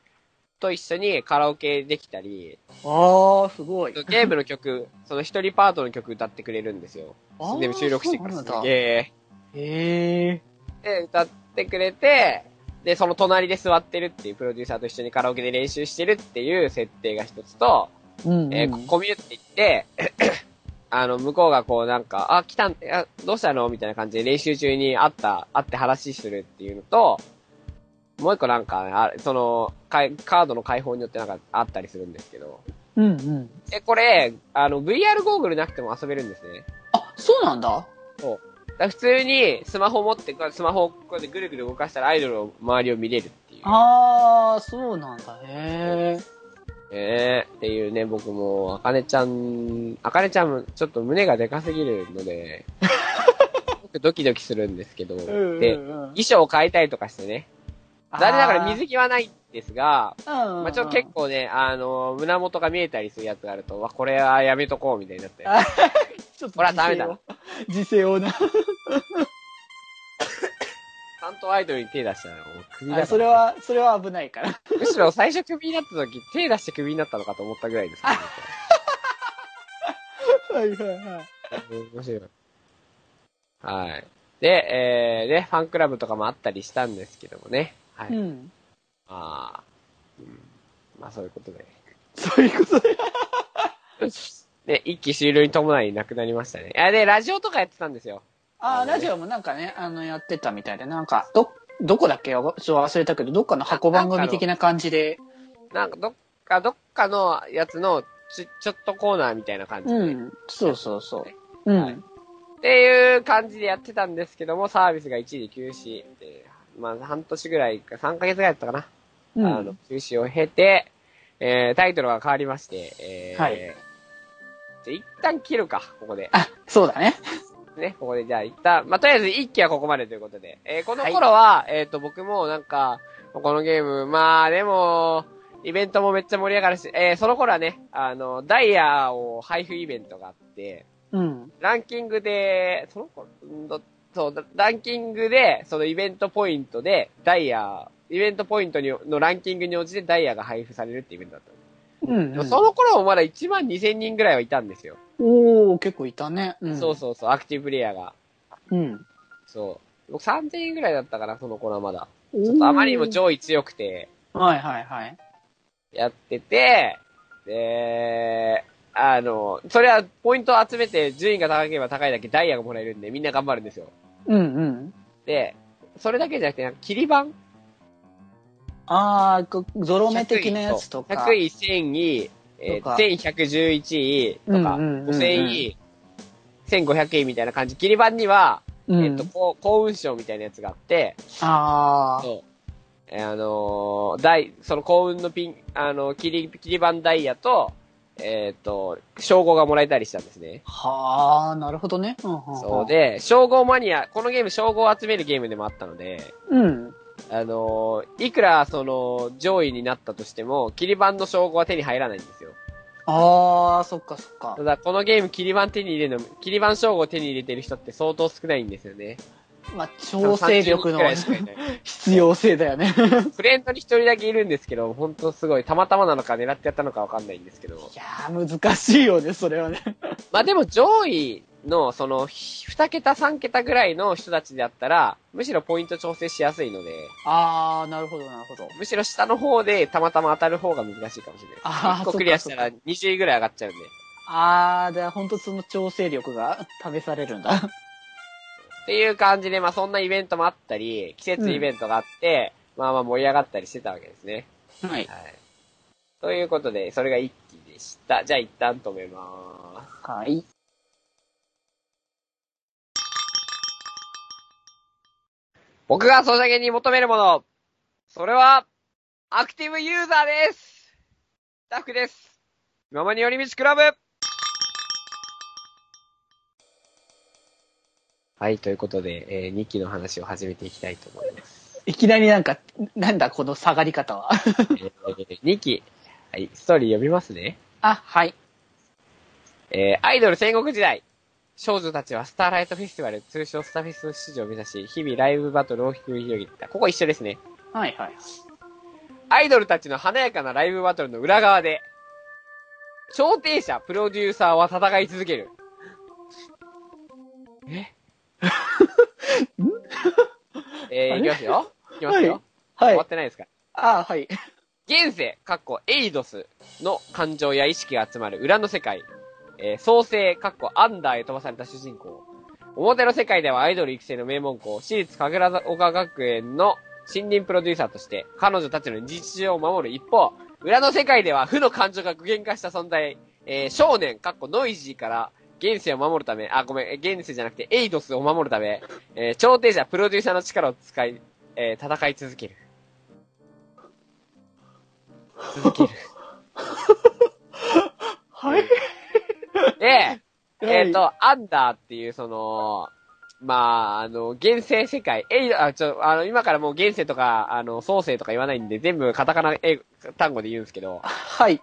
Speaker 1: と一緒にカラオケできたり、
Speaker 2: ああ、すごい。
Speaker 1: ゲームの曲、その一人パートの曲歌ってくれるんですよ。
Speaker 2: あー
Speaker 1: で収録してくれる。
Speaker 2: そう
Speaker 1: す
Speaker 2: なんだ
Speaker 1: げえ。
Speaker 2: へえ。
Speaker 1: で、歌ってくれて、で、その隣で座ってるっていう、プロデューサーと一緒にカラオケで練習してるっていう設定が一つと、
Speaker 2: うん、うん。
Speaker 1: えーココミュって言って、 *clears throat* あの、向こうがこうなんか、あ、来たん、あどうしたのみたいな感じで練習中に会った、会って話するっていうのと、もう一個なんか、あその、かいカードの解放によってなんかあったりするんですけど。
Speaker 2: うんうん。
Speaker 1: え、これ、あの、VR ゴーグルなくても遊べるんですね。
Speaker 2: あ、そうなんだ。
Speaker 1: だから普通にスマホ持って、こうスマホをこうやってぐるぐる動かしたらアイドルの周りを見れるっていう。
Speaker 2: ああ、そうなんだ。へえ。
Speaker 1: えー、っていうね、僕も、あかねちゃん、あかねちゃんもちょっと胸がでかすぎるの
Speaker 2: *laughs*
Speaker 1: で、僕ドキドキするんですけど、で、衣装を変えたりとかしてね、残念ながら水着はないんですが、
Speaker 2: ま
Speaker 1: まあ、ちょっと結構ね、あの、胸元が見えたりするやつがあると、わ、これはやめとこうみたいになって。
Speaker 2: あちょっと
Speaker 1: ほらダメだ
Speaker 2: 時勢を。時勢を
Speaker 1: 関東アイドルに手出したら、もう首だから
Speaker 2: な。あそれ。は、それは危ないから。
Speaker 1: むしろ最初首になった時、手出して首になったのかと思ったぐらいですけ
Speaker 2: *laughs*
Speaker 1: ど、
Speaker 2: はいはいはい。
Speaker 1: うん面白い。はい。で、えー、ね、ファンクラブとかもあったりしたんですけどもね。はい。
Speaker 2: う
Speaker 1: ま
Speaker 2: ん。
Speaker 1: あ、うん、まあそういうことで。
Speaker 2: そういうことで。
Speaker 1: で、一期終了に伴いなくなりましたね。あ、で、ラジオとかやってたんですよ。
Speaker 2: ああ、ラジオもなんかね、あの、やってたみたいで、なんか、ど、どこだっけちょっと忘れたけど、どっかの箱番組的な感じで。
Speaker 1: なんか、どっか、どっかのやつの、ちょ、ちょっとコーナーみたいな感じで、
Speaker 2: う
Speaker 1: っ
Speaker 2: ん。そうそうそう。う
Speaker 1: はい
Speaker 2: ん。
Speaker 1: ていう感じでやってたんですけども、サービスが一時休止。でまあ、半年ぐらいか、3ヶ月ぐらいだったかな。
Speaker 2: うん。
Speaker 1: あの、中止を経て、えー、タイトルが変わりまして、えー、
Speaker 2: はい
Speaker 1: じゃあ一旦切るか、ここで。
Speaker 2: あ、そうだね。
Speaker 1: ね、ここでじゃあ一旦、まあ、とりあえず一期はここまでということで。えー、この頃は、えっ、と、僕もなんか、このゲーム、まあ、でも、イベントもめっちゃ盛り上がるし、えー、その頃はね、あの、ダイヤを配布イベントがあって、
Speaker 2: うん。
Speaker 1: ランキングで、その頃、うんと、そう、だランキングで、そのイベントポイントで、ダイヤ、イベントポイントにのランキングに応じてダイヤが配布されるってイベントだったんです
Speaker 2: うん、
Speaker 1: で
Speaker 2: う
Speaker 1: も
Speaker 2: ん。
Speaker 1: その頃もまだ1万2000人ぐらいはいたんですよ。
Speaker 2: おー、結構いたね。うん。
Speaker 1: そうそうそう、アクティブプレイヤーが。
Speaker 2: う。うん。
Speaker 1: そう。僕3000人ぐらいだったかな、その頃はまだ。ちょっとあまりにも上位強くて、
Speaker 2: はいはいはい。
Speaker 1: やってて、で、あの、それはポイントを集めて順位が高ければ高いだけダイヤがもらえるんで、みんな頑張るんですよ。
Speaker 2: うんうん。
Speaker 1: で、それだけじゃなくて、なんか、切り板
Speaker 2: ああ、こゾロ目的なやつとか。
Speaker 1: 100位、1000位、え
Speaker 2: と
Speaker 1: ー、
Speaker 2: か
Speaker 1: 1111位とか、
Speaker 2: うんうんうんうん
Speaker 1: 5000位、1500位みたいな感じ。切り板には、
Speaker 2: うん
Speaker 1: えっと、こう幸運賞みたいなやつがあって、
Speaker 2: ああ。
Speaker 1: そう。えーあのー、ダイ、その幸運のピン、あの、切り、切り板ダイヤと、えっ、と、称号がもらえたりしたんですね。
Speaker 2: はあ、なるほどね。うん、
Speaker 1: そう。で、称号マニア、このゲーム称号を集めるゲームでもあったので、
Speaker 2: うん。
Speaker 1: あのー、いくら、その、上位になったとしても、切り板の称号は手に入らないんですよ。
Speaker 2: ああ、そっかそっか
Speaker 1: た。だ、このゲーム、切り板手に入れるの、切り板称号を手に入れてる人って相当少ないんですよね。
Speaker 2: まあ、調整力
Speaker 1: 30人
Speaker 2: の
Speaker 1: くらいしかいない
Speaker 2: *laughs* 必要性だよね。
Speaker 1: フレンドに一人だけいるんですけど、本当すごい、たまたまなのか狙ってやったのかわかんないんですけど。
Speaker 2: いやー、難しいよね、それはね。
Speaker 1: まあでも上位の、その、2桁、3桁ぐらいの人たちであったら、むしろポイント調整しやすいので、
Speaker 2: ああ、なるほど、なるほど。
Speaker 1: むしろ下の方でたまたま当たる方が難しいかもしれない。
Speaker 2: あー
Speaker 1: 1個クリアしたら
Speaker 2: そっ
Speaker 1: 20位ぐらい上がっちゃうんで。
Speaker 2: ああ、だから本当その調整力が試されるんだ。
Speaker 1: っていう感じで、まあそんなイベントもあったり、季節イベントがあって、まあまあ盛り上がったりしてたわけですね。
Speaker 2: は
Speaker 1: は
Speaker 2: い。
Speaker 1: い。ということで、それが一期でした。じゃあ一旦止めまーす。
Speaker 2: はい。
Speaker 1: 僕がソシャゲに求めるもの、それは、アクティブユーザーですスタッフです今まに寄り道クラブはい、ということで、え2期の話を始めていきたいと思います。 *laughs*
Speaker 2: いきなりなんか、なんだ、この下がり方は。
Speaker 1: 2期、はい、ストーリー読みますね。
Speaker 2: あ、はい。
Speaker 1: えーアイドル戦国時代。少女たちはスターライトフェスティバル、通称スタフェスの出場を目指し、日々ライブバトルを繰り広げてきた。ここ一緒ですね。
Speaker 2: はい、はい。
Speaker 1: アイドルたちの華やかなライブバトルの裏側で、調停者、プロデューサーは戦い続ける。 *laughs* ええー、いきますよ。いきますよ。
Speaker 2: はい
Speaker 1: 終
Speaker 2: は
Speaker 1: わ
Speaker 2: い
Speaker 1: っ。てないですから。
Speaker 2: あーはい。
Speaker 1: 現世、かっこエイドスの感情や意識が集まる裏の世界。えー創世、かっこアンダーへ飛ばされた主人公。表の世界ではアイドル育成の名門校、私立神楽岡学園の森林プロデューサーとして、彼女たちの日常を守る一方、裏の世界では負の感情が具現化した存在、えー少年、かっこノイジーから、現世を守るため、あ、ごめん、え現世じゃなくてエイドスを守るため、えー調停者、プロデューサーの力を使い、えー戦い続ける。続ける。
Speaker 2: はい。
Speaker 1: で、
Speaker 2: はい
Speaker 1: えっ、と、アンダーっていう、その、まあ、あの、現世世界、えい、あ、ちょ、あの、今からもう現世とか、あの、創世とか言わないんで、全部カタカナ、え、単語で言うんですけど、
Speaker 2: はい。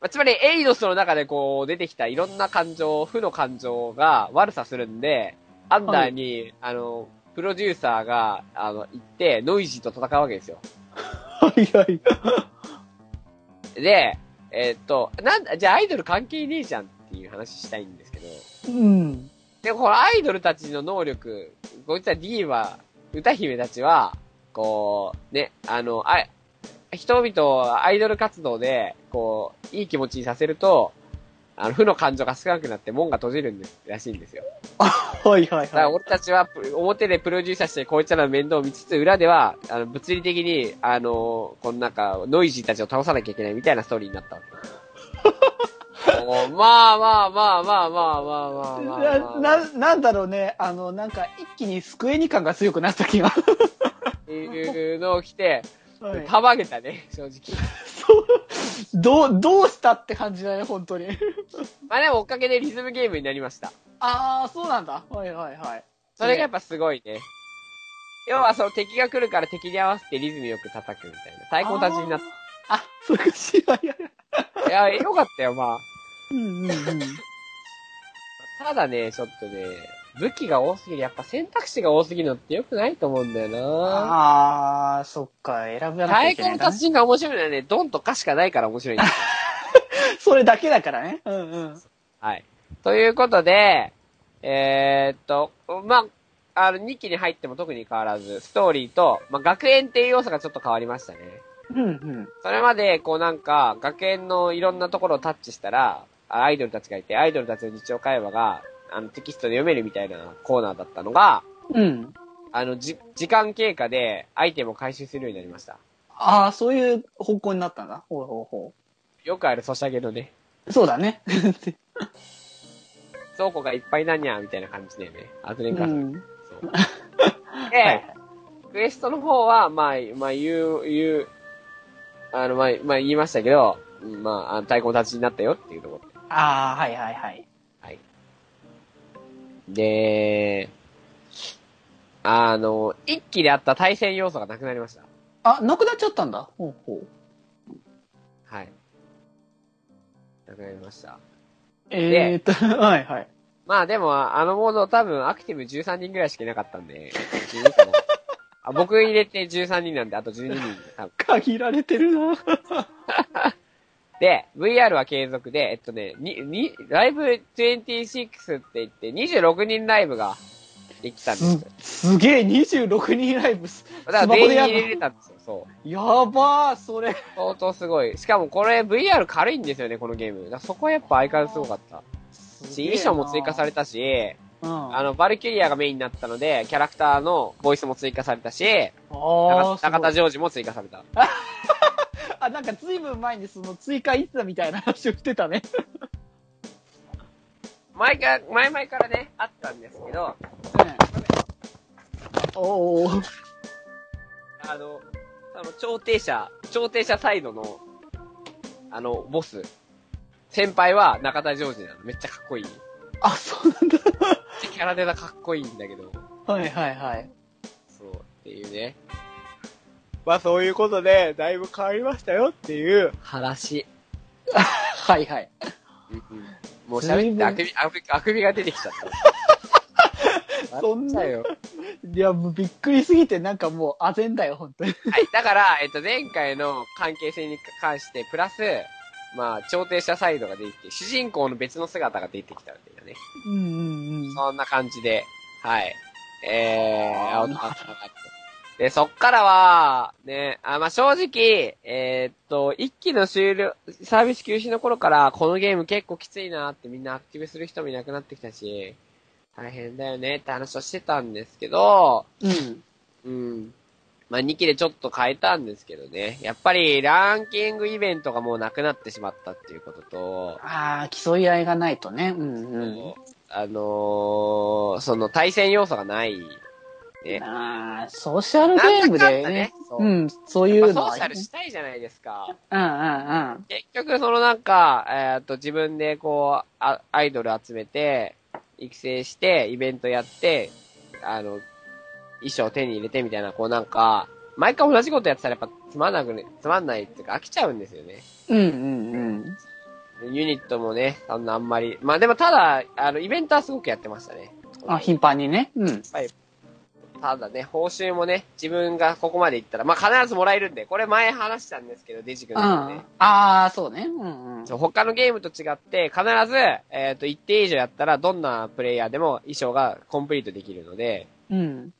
Speaker 1: まあつまり、エイドスの中でこう、出てきたいろんな感情、負の感情が悪さするんで、アンダーに、あの、プロデューサーが、あの、行って、ノイジーと戦うわけですよ。
Speaker 2: はい、はい。
Speaker 1: で、えっ、と、なんだ、じゃあアイドル関係ねえじゃんっていう話したいんですけど、
Speaker 2: うん。
Speaker 1: でもこのアイドルたちの能力、こいつはディーバー、歌姫たちは、こう、ね、あの、あ人々をアイドル活動で、こう、いい気持ちにさせると、あの、負の感情が少なくなって門が閉じるんです、らしいんですよ。
Speaker 2: はい、はい、
Speaker 1: だから
Speaker 2: はい。
Speaker 1: 俺たちは、プ表でプロデューサーしてこいつらの面倒を見つつ、裏では、あの、物理的に、あの、このなんか、ノイジーたちを倒さなきゃいけないみたいなストーリーになったわけ。もうまあまあまあまあまあまあまあまあまあまあ。
Speaker 2: な、ななんだろうね。あの、なんか、一気に救えに感が強くなった気が。
Speaker 1: っていうのを着て、
Speaker 2: はい
Speaker 1: たまげたね、正直。
Speaker 2: そうどう、どうしたって感じだね、本当に。
Speaker 1: まあでもおかげでリズムゲームになりました。
Speaker 2: ああ、そうなんだ。はいはいはい。
Speaker 1: それがやっぱすごいね。要はその敵が来るから敵に合わせてリズムよく叩くみたいな。太鼓立ちになっ
Speaker 2: あー。あ、そうか、しわや。
Speaker 1: た。いや、よかったよ、ま
Speaker 2: うんうんうん。
Speaker 1: あ。ただね、ちょっとね、武器が多すぎる。やっぱ選択肢が多すぎるのって良くないと思うんだよな
Speaker 2: ああ、そっか、選ぶなきゃ
Speaker 1: 太
Speaker 2: いけ
Speaker 1: 鼓
Speaker 2: ない
Speaker 1: の
Speaker 2: んだ
Speaker 1: 達
Speaker 2: ね。
Speaker 1: 人が面白いのはね、ドンとかしかないから面白いんです。
Speaker 2: それだけだからね。うんうん。
Speaker 1: はい。ということで、えーっと、まあ、あの、2期に入っても特に変わらず、ストーリーと、まあ、学園っていう要素がちょっと変わりましたね。
Speaker 2: うんうん。
Speaker 1: それまで、こうなんか、学園のいろんなところをタッチしたら、あアイドルたちがいて、アイドルたちの日常会話が、あの、テキストで読めるみたいなコーナーだったのが、
Speaker 2: うん。
Speaker 1: あの、じ、時間経過でアイテムを回収するようになりました。
Speaker 2: ああ、そういう方向になったんだ。ほうほうほ
Speaker 1: よくあるソシャゲのね、
Speaker 2: そうだね。
Speaker 1: 倉庫がいっぱいなんにゃーみたいな感じだよね。アズレ
Speaker 2: う
Speaker 1: ンカーさん。
Speaker 2: ん。
Speaker 1: そう。 *laughs* で、
Speaker 2: はい
Speaker 1: クエストの方は、まあ、まあ、言う、言う、あの、まあ、まあ、言いましたけど、うんまああの、太鼓立ちになったよっていうところ。
Speaker 2: ああ、はいはいはい。
Speaker 1: はい。で、あの、一気であった対戦要素がなくなりました。
Speaker 2: あ、なくなっちゃったんだ。ほうほう。
Speaker 1: はい。なくなりました。
Speaker 2: えーっと、はいはい。
Speaker 1: まあでも、あのモード多分アクティブ13人ぐらいしかいなかったんで、12かなあ僕入れて13人なんで、あと12人多分。
Speaker 2: 限られてるな。
Speaker 1: で、VR は継続で、えっとね、に、に、ライブ26って言って、26人ライブができたんですす。、
Speaker 2: すげえ、26人ライブす。
Speaker 1: だから
Speaker 2: スマホ
Speaker 1: 全員
Speaker 2: でや
Speaker 1: 入
Speaker 2: る
Speaker 1: れれたんですよ、そう。
Speaker 2: やばー、それ。
Speaker 1: 相当すごい。しかもこれ VR 軽いんですよね、このゲーム。だからそこはやっぱ相変わらずすごかった。し、衣装も追加されたし、
Speaker 2: うん。
Speaker 1: あ
Speaker 2: あ
Speaker 1: の、バルキュリアがメインになったので、キャラクターのボイスも追加されたし、
Speaker 2: あ
Speaker 1: 中
Speaker 2: ー、
Speaker 1: 中田
Speaker 2: す
Speaker 1: ジョージも追加された。
Speaker 2: ごいあ、なんかずいぶん前にその追加いつだみたいな話をしてた
Speaker 1: *laughs*
Speaker 2: ね。
Speaker 1: 前か、前々からね、あったんですけど、
Speaker 2: おお。
Speaker 1: あの、その、調停者、調停者サイドの、あの、ボス。先輩は中田ジョージなの。めっちゃかっこいい。めっ
Speaker 2: あ、そうなんだ。
Speaker 1: ちゃキャラデザかっこいいんだけど。
Speaker 2: はいはいはい。
Speaker 1: そう、っていうね。まあそういうことで、だいぶ変わりましたよっていう話。
Speaker 2: はいはい。
Speaker 1: うんうん、もう喋ってあくび、あくび、あくびが出てきちゃった。
Speaker 2: *laughs* そんな
Speaker 1: よ。
Speaker 2: いや、もうびっくりすぎて、なんかもう、あぜんだよ、本当に。
Speaker 1: はい、だから、えっと、前回の関係性に関して、プラス、まあ、調停者サイドが出てきて、主人公の別の姿が出てきたんだよね。
Speaker 2: うんうんうん。
Speaker 1: そんな感じで、はい。えー、
Speaker 2: あー
Speaker 1: 青田さんが *laughs* で、そっからは、ね、あ、まあ、正直、えーっと、一期の終了、サービス休止の頃から、このゲーム結構きついなってみんなアクティブする人もいなくなってきたし、大変だよねって話をしてたんですけど、
Speaker 2: うん。
Speaker 1: うん。まあ、2期でちょっと変えたんですけどね。やっぱり、ランキングイベントがもうなくなってしまったっていうことと、
Speaker 2: ああ、競い合いがないとね。うんうん。
Speaker 1: あのー、その対戦要素がない。ね
Speaker 2: ああ、ソーシャルゲームでね。
Speaker 1: そうう。
Speaker 2: ん、そうい
Speaker 1: やっ
Speaker 2: う
Speaker 1: ぱソ
Speaker 2: の
Speaker 1: ー
Speaker 2: は
Speaker 1: シャルしたいじゃないですか。
Speaker 2: うんうんうん。
Speaker 1: 結局、そのなんか、えーっと、自分でこうあ、アイドル集めて、育成して、イベントやって、あの、衣装手に入れてみたいな、こうなんか、毎回同じことやってたらやっぱつまんなくね、つまんないっていうか飽きちゃうんですよね。
Speaker 2: うんうんうん。
Speaker 1: ユニットもね、そんなあんまり。まあでもただ、あの、イベントはすごくやってましたね。
Speaker 2: あ、頻繁にね。うん。
Speaker 1: ただね、報酬もね、自分がここまで行ったら、まあ、必ずもらえるんで、これ前話したんですけど、デジ君
Speaker 2: うん。
Speaker 1: のね
Speaker 2: あ。あー、そうね。うんうん。
Speaker 1: そう他のゲームと違って、必ず、えっ、と、一定以上やったら、どんなプレイヤーでも衣装がコンプリートできるので、
Speaker 2: うん。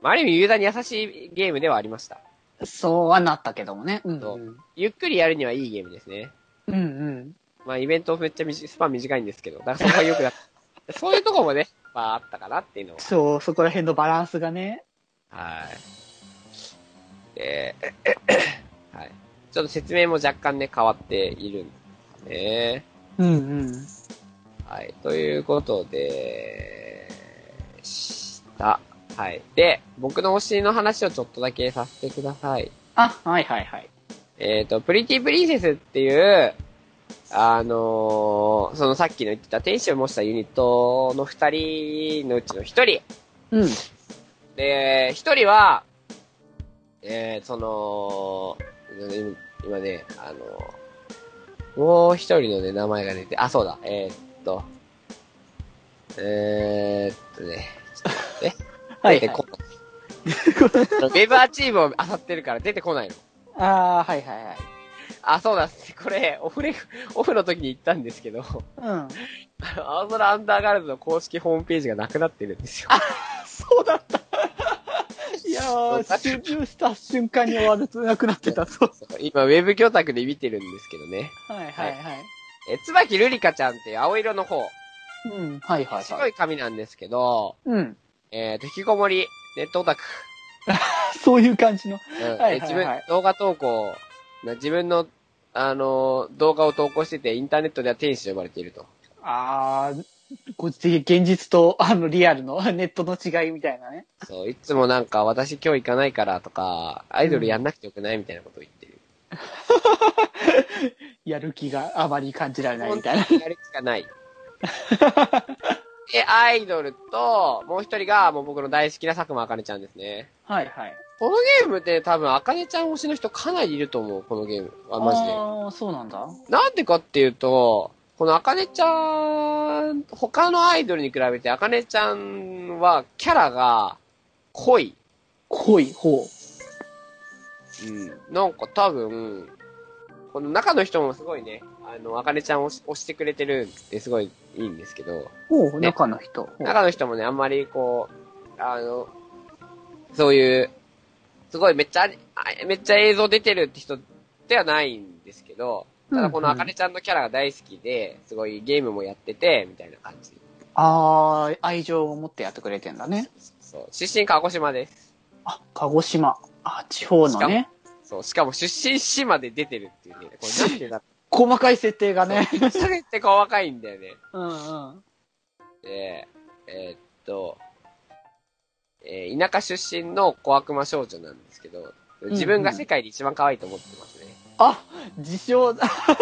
Speaker 1: まあ、ある意味ユーザーに優しいゲームではありました。
Speaker 2: そうはなったけどもね。うん、。
Speaker 1: そううんゆっくりやるにはいいゲームですね。
Speaker 2: うんうん。
Speaker 1: まあ、イベントめっちゃ短いスパン短いんですけど、だからそこはよくな *laughs* そういうとこもね、まあ、あったかなっていうのは。
Speaker 2: そう、そこら辺のバランスがね。
Speaker 1: はい。で、 *clears throat* はい。ちょっと説明も若干ね、変わっているんですね。
Speaker 2: うんうん。
Speaker 1: はい。ということで、した。はい。で、僕の推しの話をちょっとだけさせてください。
Speaker 2: あ、はいはいはい。
Speaker 1: えっ、と、プリティプリンセスっていう、あのーそのさっきの言ってた天使を模したユニットの二人のうちの一人、
Speaker 2: うん。
Speaker 1: で、一人は、えー、その、今今ね、あの、もう一人のね、名前が出て、あ、そうだ、えー、っと、えー、っとね、ちょっと待って、
Speaker 2: はい、
Speaker 1: 出て
Speaker 2: *laughs*
Speaker 1: こない。ウェブアチームを漁ってるから出てこないの。
Speaker 2: ああ、はいはいはい。
Speaker 1: あ、そうだ、これ、オフレ、オフの時に行ったんですけど、
Speaker 2: うん。
Speaker 1: あの青空アンダーガールズの公式ホームページがなくなってるんですよ。
Speaker 2: そうだった。いやー、終了した瞬間に終わるとなくなってた。そう。
Speaker 1: そう今、ウェブ教託で見てるんですけどね。
Speaker 2: はいはいはい。
Speaker 1: え、椿瑠璃香ちゃんっていう青色の方。
Speaker 2: うん、はいはい
Speaker 1: 白
Speaker 2: はい。
Speaker 1: い髪なんですけど、
Speaker 2: うん。
Speaker 1: えっ、と、引きこもり、ネットオタク。
Speaker 2: *laughs* そういう感じの。
Speaker 1: うん
Speaker 2: *laughs* はいはいはい
Speaker 1: え自分、動画投稿、な自分のあの、動画を投稿してて、インターネットでは天使と呼ばれていると。
Speaker 2: ああ、こうぜ現実とあのリアルの *laughs* ネットの違いみたいなね。
Speaker 1: そう、いつもなんか、私今日行かないからとか、アイドルやんなくてよくないみたいなことを言ってる。
Speaker 2: やる気があまり感じられないみたいな。
Speaker 1: 本当にやる気がない。で、アイドルと、もう一人が、もう僕の大好きな佐久間あかねちゃんですね。
Speaker 2: *laughs* はいはい。
Speaker 1: このゲームって多分、あかねちゃん推しの人かなりいると思う、このゲーム。あ、マジで。
Speaker 2: ああ、そうなんだ。
Speaker 1: なんでかっていうと、このあかねちゃん、他のアイドルに比べて、あかねちゃんはキャラが濃い。
Speaker 2: 濃い方。
Speaker 1: うん。なんか多分、この中の人もすごいね、あの、あかねちゃんを押してくれてるってすごいいいんですけど、
Speaker 2: ほう、
Speaker 1: ね
Speaker 2: 中の人。ほう
Speaker 1: 中の人もね、あんまりこう、あの、そういう、すごいめっちゃ、あめっちゃ映像出てるって人ではないんですけど、ただこのあかねちゃんのキャラが大好きで、すごいゲームもやってて、みたいな感じ。
Speaker 2: ああ、愛情を持ってやってくれてんだね。
Speaker 1: そう。出身鹿児島です。
Speaker 2: あ、鹿児島。あ、地方のね。
Speaker 1: そう。しかも出身島で出てるっていうね。これなんでだっ
Speaker 2: 細かい設定が
Speaker 1: た
Speaker 2: ね。
Speaker 1: *laughs* ね。それって細かいんだよね。
Speaker 2: うんうん。
Speaker 1: で、えーっと、えー田舎出身の小悪魔少女なんですけど、自分が世界で一番可愛いと思ってますね。
Speaker 2: あ、自称、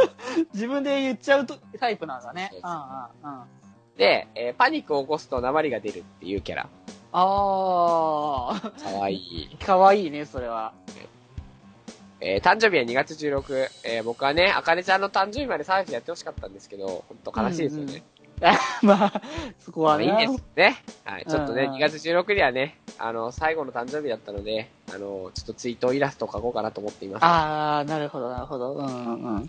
Speaker 2: *laughs* 自分で言っちゃうとタイプなんだね。
Speaker 1: そう
Speaker 2: うん
Speaker 1: そ
Speaker 2: うん
Speaker 1: う
Speaker 2: うん。あ
Speaker 1: で、えーパニックを起こすと鉛が出るっていうキャラ。
Speaker 2: あ
Speaker 1: かわいい。
Speaker 2: ー、かわいいね、それは。
Speaker 1: えー誕生日は2月16。えー僕はね、あかねちゃんの誕生日までサーフィンやってほしかったんですけど、ほんと悲しいですよね。
Speaker 2: *laughs* まあ、そこはね。
Speaker 1: いいですね。はい。ちょっとね、
Speaker 2: うんうん
Speaker 1: 2月16日はね、あの、最後の誕生日だったので、あの、ちょっとツイートイラストを描こうかなと思っています。
Speaker 2: ああ、なるほど、なるほど。うんうんうん。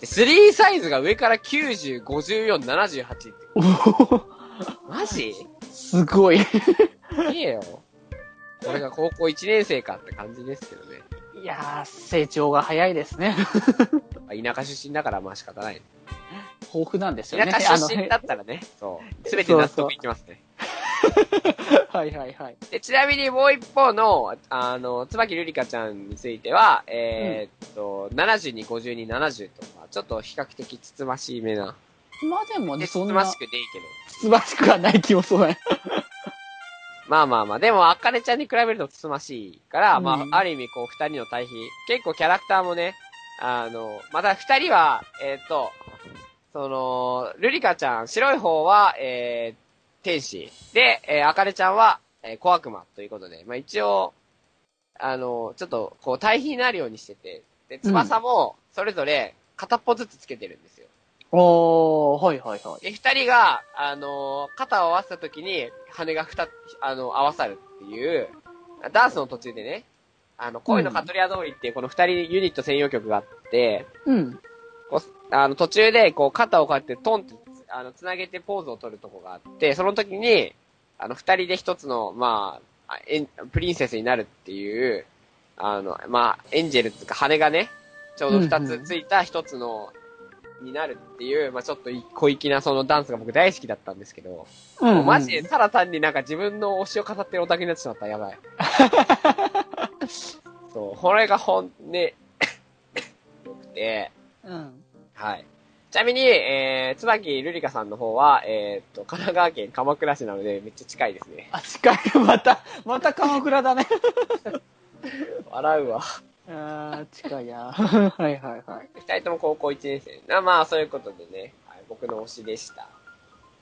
Speaker 1: で3サイズが上から90、54、78って。
Speaker 2: おー
Speaker 1: マジ
Speaker 2: *laughs* すご *laughs* い。い
Speaker 1: いえよ。これが高校1年生かって感じですけどね。
Speaker 2: やー、成長が早いですね。
Speaker 1: まあ田舎出身だからまあ仕方ない。
Speaker 2: *laughs* 豊富なんですよ
Speaker 1: 田
Speaker 2: ね。
Speaker 1: 舎出身だったらね、 *laughs* そう。すべて納得いきますね。
Speaker 2: あの *laughs* はいはいはい。
Speaker 1: で、ちなみにもう一方の、あの、椿瑠璃香ちゃんについては、えーっと、72、52、70とか、ちょっと比較的つつましいめな。
Speaker 2: まあでもね、
Speaker 1: でつつ
Speaker 2: そんな、
Speaker 1: まし
Speaker 2: つ
Speaker 1: くでいいけど。
Speaker 2: つましくはない気もそうだね。
Speaker 1: まあまあまあ、でも、あかねちゃんに比べるとつつましいから、
Speaker 2: うん
Speaker 1: まあ、ある意味、こう、二人の対比。結構キャラクターもね、あの、また二人は、えーっと、その、瑠璃香ちゃん、白い方は、えー、天使。で、えー、あかねちゃんは、えー、小悪魔ということで、まあ一応、あの、ちょっと、こう、対比になるようにしてて、で、翼も、それぞれ、片っぽずつつけてるんですよ。
Speaker 2: *laughs* おー、はいはいはい。
Speaker 1: で、二人が、あのー肩を合わせた時に、羽が二つ、あの、合わさるっていう、ダンスの途中でね、あの、恋のカトリア通りっていう、この二人ユニット専用曲があって、
Speaker 2: うん。
Speaker 1: こう、あの、途中で、こう、肩をこうやってトンって、あの、つなげてポーズを取るとこがあって、その時に、あの、二人で一つの、まあ、あエンプリンセスになるっていう、あの、まあ、エンジェルっていうか、羽がね、ちょうど二つついた一つの、になるっていう、まあ、ちょっとい小粋なそのダンスが僕大好きだったんですけど、
Speaker 2: う。
Speaker 1: もうんマジでただ単になんか自分の推しを語ってるオタクになってしまった。や *laughs* ばい。そう、これが本音、ね、 *coughs* よくて、
Speaker 2: うん。
Speaker 1: はい。ちなみに、えー、椿瑠璃香さんの方は、えー、っと、神奈川県鎌倉市なので、めっちゃ近いですね。
Speaker 2: あ、近い。 *laughs* また、また鎌倉だね。
Speaker 1: 笑うわ。
Speaker 2: *laughs* あー、近いや。 *laughs* はいはいはい。
Speaker 1: 二人とも高校1年生。なまあ、そういうことでね、はい、僕の推しでした。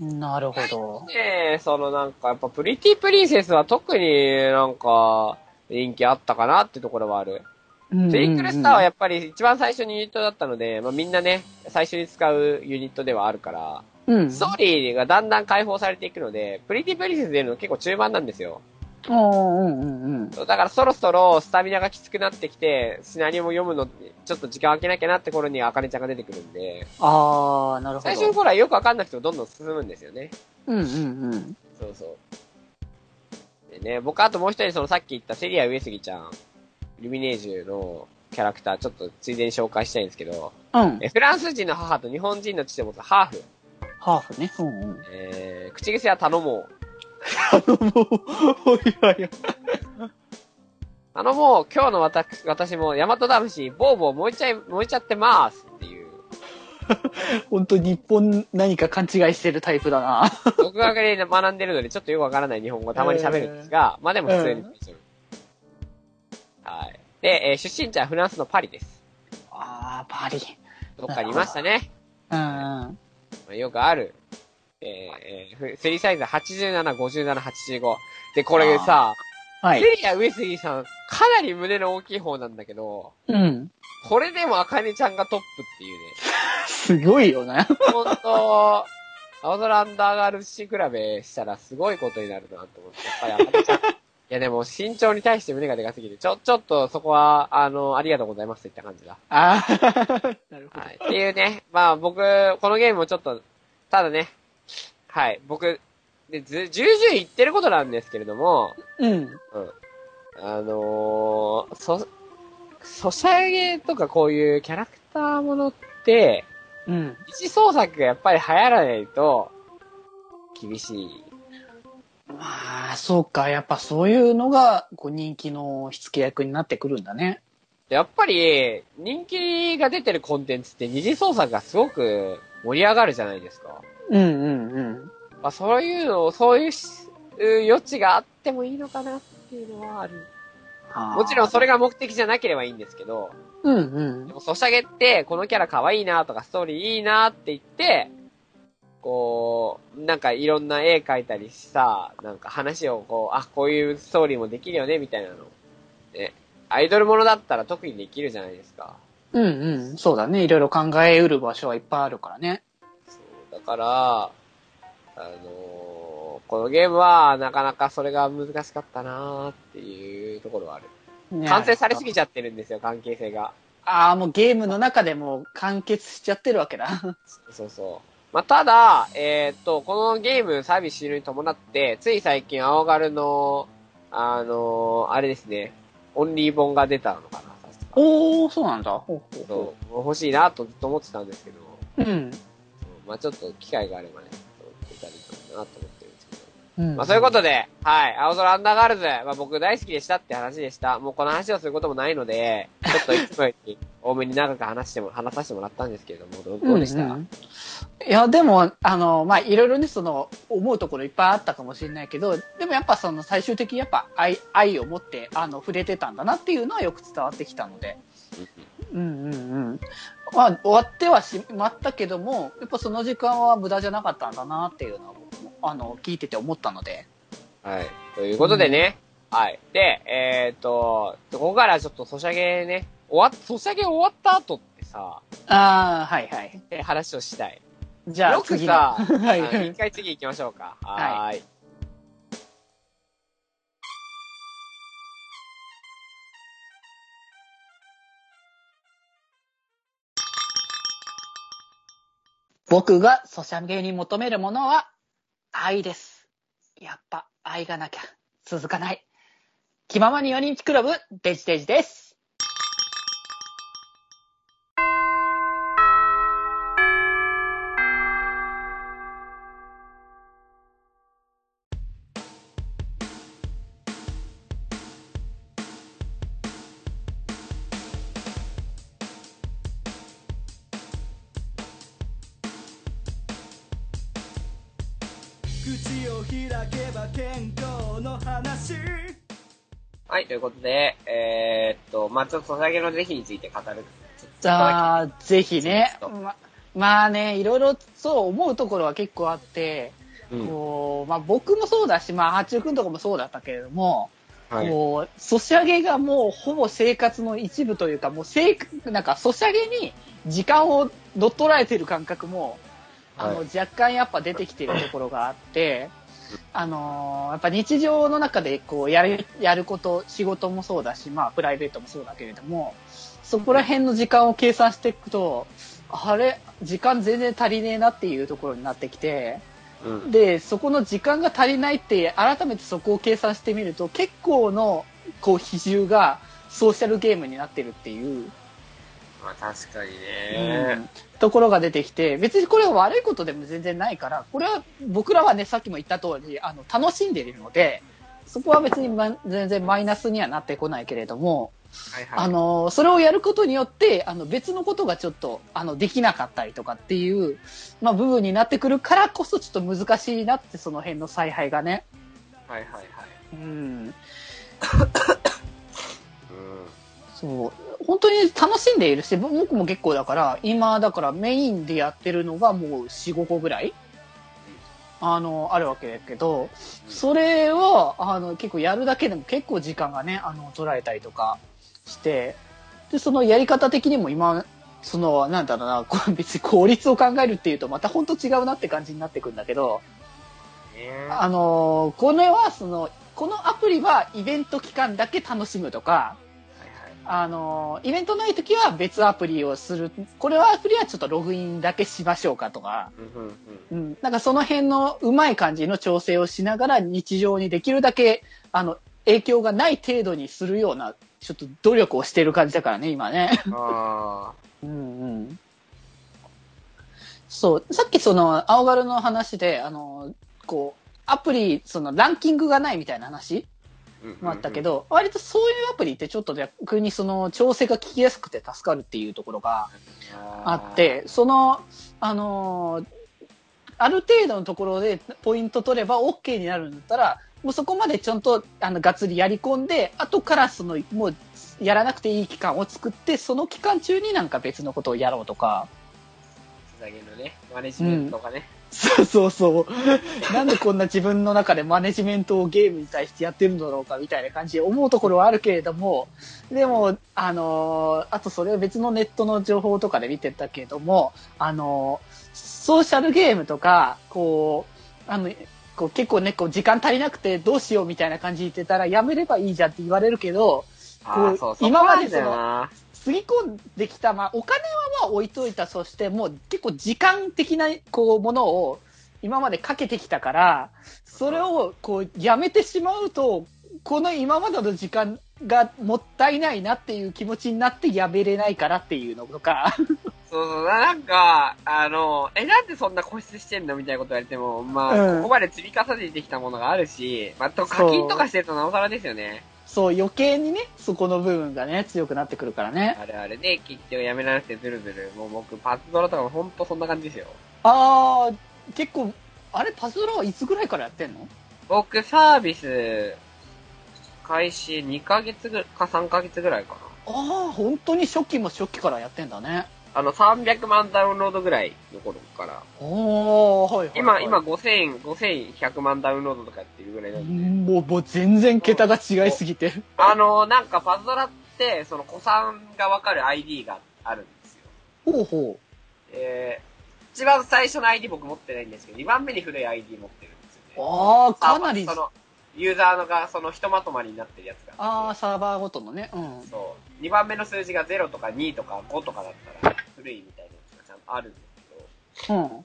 Speaker 2: なるほど。
Speaker 1: ねえ、そのなんか、やっぱ、プリティプリンセスは特になんか、人気あったかなってところはある。トゥインクルスターは
Speaker 2: や
Speaker 1: やっぱり一番最初にユニットだったので、まあみんなね、最初に使うユニットではあるから、
Speaker 2: うん。
Speaker 1: ストーリーがだんだん解放されていくので、プリティプリンセス出るの結構中盤なんですよ。
Speaker 2: あーうんうんうん。
Speaker 1: そうだからそろそろスタミナがきつくなってきて、シナリオも読むの、ちょっと時間空けなきゃなって頃にあかねちゃんが出てくるんで、
Speaker 2: あー、なるほど。
Speaker 1: 最初の頃はよくわかんなくてもどんどん進むんですよね。
Speaker 2: うんうんうん。
Speaker 1: そうそう。でね、僕あともう一人そのさっき言ったセリア上杉ちゃん、ルミネージュのキャラクター、ちょっとついでに紹介したいんですけど、
Speaker 2: うん。
Speaker 1: えフランス人の母と日本人の父を持つハーフ。
Speaker 2: ハーフね。うんうん。
Speaker 1: えー、口癖は頼もう。
Speaker 2: あの、もう、おいおいおい。
Speaker 1: あのもう、今日の私、私も、ヤマト魂、ボーボー燃えちゃい、燃えちゃってますっていう。
Speaker 2: 本当日本何か勘違いしてるタイプだな。
Speaker 1: 独学で学んでるので、ちょっとよくわからない日本語たまに喋るんですが、まあでも普通にする。はい。で、えー出身地はフランスのパリです。
Speaker 2: ああ、パリ。
Speaker 1: どっかにいましたね。
Speaker 2: うん。
Speaker 1: まあよくある。えーえーふセリサイズ87、57、85。で、これさ、
Speaker 2: は
Speaker 1: セ
Speaker 2: い。
Speaker 1: リア・ウエスリーさん、かなり胸の大きい方なんだけど、
Speaker 2: うん。
Speaker 1: これでもアカネちゃんがトップっていうね。
Speaker 2: すごいよね。
Speaker 1: ほんと、青空アンダーガール氏比べしたらすごいことになるなと思って、やっぱりあかねちゃん。いやでも身長に対して胸がでかすぎて、ちょ、ちょっとそこは、あの、ありがとうございますといった感じだ。
Speaker 2: *laughs* ああ、なるほど
Speaker 1: は。い。っていうね、まあ僕、このゲームをちょっと、ただね、はい、僕、で、ず、重々言ってることなんですけれども、
Speaker 2: うん。
Speaker 1: あのー、そ、ソシャゲとかこういうキャラクターものって、
Speaker 2: うん。
Speaker 1: 一創作がやっぱり流行らないと、厳しい。
Speaker 2: まあ、そうか。やっぱそういうのが、こう人気の火付け役になってくるんだね。
Speaker 1: でやっぱり、人気が出てるコンテンツって二次創作がすごく盛り上がるじゃないですか。
Speaker 2: うんうんうん。
Speaker 1: まあ、そういうのを、そういうしう余地があってもいいのかなっていうのはある。もちろんそ
Speaker 2: れ。
Speaker 1: れが目的じゃなければいいんですけど、
Speaker 2: うん
Speaker 1: でもソシャゲって、このキャラ可愛いなとか、ストーリーいいなって言って、こう、なんかいろんな絵描いたりさ、なんか話をこう、あ、こういうストーリーもできるよね、みたいなの。ね。アイドルものだったら特にできるじゃないですか。
Speaker 2: うん。うんうん。そうだね。いろいろ考えうる場所はいっぱいあるからね。
Speaker 1: そうだから、あのーこのゲームはなかなかそれが難しかったなーっていうところはある。完成されす
Speaker 2: ぎ。
Speaker 1: ぎちゃってるんですよ、関係性が。
Speaker 2: ああ、もうゲームの中でもう完結しちゃってるわけだ。
Speaker 1: そうそう。まあ、ただ、えーっと、このゲームサービス終了に伴って、つい最近、青ガルの、あのーあれですね、オンリー本が出たのかな、確か
Speaker 2: おー、そうなんだ。ほうほうほ
Speaker 1: そう欲しいなとずっと思ってたんですけど、
Speaker 2: う。うん。
Speaker 1: そうまあちょっと機会があればね、そう出たらいいかなと思ってるんですけど。
Speaker 2: うん
Speaker 1: まあそういうことで、はい、青空アンダーガールズ、まあ僕大好きでしたって話でした。もうこの話をすることもないので、ちょっといつもより多めに長く話しても、話させてもらったんですけれども、どうどうでした、
Speaker 2: んんいやでもあのまあいろいろねその思うところいっぱいあったかもしれないけどでもやっぱその最終的にやっぱ愛愛を持ってあの触れてたんだなっていうのはよく伝わってきたのでうんうんうんまあ終わってはしまったけどもやっぱその時間は無駄じゃなかったんだなっていうのは僕もあの聞いてて思ったので
Speaker 1: はい。ということでね、はい。で、えっ、ー、と、ここからちょっとソシャゲね、終わっ、ソシャゲ終わった後ってさ、
Speaker 2: ああはいはい
Speaker 1: え話をしたい。
Speaker 2: じゃあ
Speaker 1: よく
Speaker 2: 次の *laughs*
Speaker 1: さ
Speaker 2: は
Speaker 1: あの一
Speaker 2: い
Speaker 1: 回次行きましょうか。はーい。
Speaker 2: 僕がソシャゲに求めるものは愛です。やっぱ愛がなきゃ続かない。気ままに4人チクラブデジデジです。
Speaker 3: 口を開けば健康の話
Speaker 1: はい、ということで、えー、っと、まあちょっとソシャゲの是非について語る。ちょっと
Speaker 2: あー、ぜひね
Speaker 1: そう。
Speaker 2: ままあね、いろいろそう思うところは結構あって、
Speaker 1: うん
Speaker 2: こうまあ、僕もそうだし、まあ、八中君とかもそうだったけれども、
Speaker 1: はい
Speaker 2: こう、ソシャゲがもうほぼ生活の一部というか、もう生、なんかソシャゲに時間を乗っ取られてる感覚も、あの、
Speaker 1: は
Speaker 2: 若干やっぱ出てきてるところがあって、あのーやっぱ日常の中でこう、やる、やること、仕事もそうだし、まあ、プライベートもそうだけれども、そこら辺の時間を計算していくと、あれ、時間全然足りねえなっていうところになってきて、
Speaker 1: うん
Speaker 2: でそこの時間が足りないって改めてそこを計算してみると結構のこう比重がソーシャルゲームになってるっていう、
Speaker 1: まあ確かに
Speaker 2: う
Speaker 1: ね。
Speaker 2: んところが出てきて別にこれは悪いことでも全然ないからこれは僕らはねさっきも言った通りあの楽しんでいるのでそこは別に、ま、全然マイナスにはなってこないけれども、
Speaker 1: はい
Speaker 2: あのそれをやることによってあの別のことがちょっとあのできなかったりとかっていう、まあ、部分になってくるからこそちょっと難しいなってその辺の采配がね。
Speaker 1: はいはいはい。
Speaker 2: うん、
Speaker 1: うん。
Speaker 2: そう本当に楽しんでいるしぼ僕も結構だから今だからメインでやってるのがもう45個ぐらいあのあるわけだけどそれをあの結構やるだけでも結構時間がねあの取られたりとかしてでそのやり方的にも今そのなんだろうなこう別に効率を考えるっていうとまた本当違うなって感じになってくるんだけど
Speaker 1: ね
Speaker 2: あのこれはそのこのアプリはイベント期間だけ楽しむとかあのイベントない時は別アプリをするこれはアプリはちょっとログインだけしましょうかとか、
Speaker 1: うんうんうん。
Speaker 2: うん、なんかその辺のうまい感じの調整をしながら日常にできるだけあの影響がない程度にするようなちょっと努力をしてる感じだからね今ね。
Speaker 1: あ
Speaker 2: うんうんそう、さっきその、青ガルの話で、あの、こう、アプリ、その、ランキングがないみたいな話
Speaker 1: あ。
Speaker 2: もあったけど、割とそういうアプリってちょっと逆にその、調整が聞きやすくて助かるっていうところがあっ。て、その、あのーある程度のところでポイント取れば OK になるんだったら、もうそこまでちゃんと、あの、がっつりやり込んで、後からその、もう、やらなくていい期間を作って、その期間中になんか別のことをやろうとか、
Speaker 1: つなげのね、マネジメントがね。
Speaker 2: そうそうそう。なんでこんな自分の中でマネジメントをゲームに対してやってるんだろうかみたいな感じで思うところはあるけれども、でも、あのーあとそれは別のネットの情報とかで見てたけれども、あのーソーシャルゲームとか、こう、あの、こう結構ね、こう時間足りなくてどうしようみたいな感じで言ってたらやめればいいじゃんって言われるけど、
Speaker 1: あ
Speaker 2: こ
Speaker 1: あ、
Speaker 2: う
Speaker 1: そうそう。
Speaker 2: 今までその
Speaker 1: そうなんだよな
Speaker 2: つぎ込んできた、まあ、お金はまあ置いといたとしても、結構時間的なこうものを今までかけてきたから、それをこうやめてしまうと、この今までの時間がもったいないなっていう気持ちになってやめれないからっていうのとか、 *laughs*
Speaker 1: そうそう、ななんか、あの、え、なんでそんな固執してんのみたいなこと言われても、まあ、
Speaker 2: うん
Speaker 1: ここまで積み重ねてきたものがあるし、まあ、と課金とかしてるとなおさらですよね。
Speaker 2: そう余計にね、そこの部分がね、強くなってくるからね。
Speaker 1: あれあれで、結局やめられてずるずる。もう僕、パズドラとかもほんとそんな感じですよ。
Speaker 2: あー、結構、あれパズドラはいつぐらいからやってんの
Speaker 1: 僕、サービス、開始2ヶ月ぐか3ヶ月ぐらいかな。
Speaker 2: ああ、本当に初期も初期からやってんだね。
Speaker 1: あの、300万ダウンロードぐらいの頃から。
Speaker 2: おー、はいはい、
Speaker 1: 今、
Speaker 2: はい。
Speaker 1: 今5000、5100万ダウンロードとかやってるぐらいなんで。
Speaker 2: もう、もう全然桁が違いすぎてる。
Speaker 1: あの、なんかパズドラって、その、子さんがわかる ID があるんですよ。
Speaker 2: ほうほ
Speaker 1: えー、一番最初の ID 僕持ってないんですけど、2番目に古い ID 持ってるんです
Speaker 2: う。
Speaker 1: よね。
Speaker 2: ああ、かなり、
Speaker 1: そ
Speaker 2: あ
Speaker 1: の、ユーザーのが、その、ひとまとまりになってるやつがあ
Speaker 2: あ
Speaker 1: っ
Speaker 2: ー、サーバーごとのね。うん。
Speaker 1: て。そう。2番目の数字が0とか2とか5とかだったら、古いみたいなやつがちゃんとあるんですけど、
Speaker 2: うん。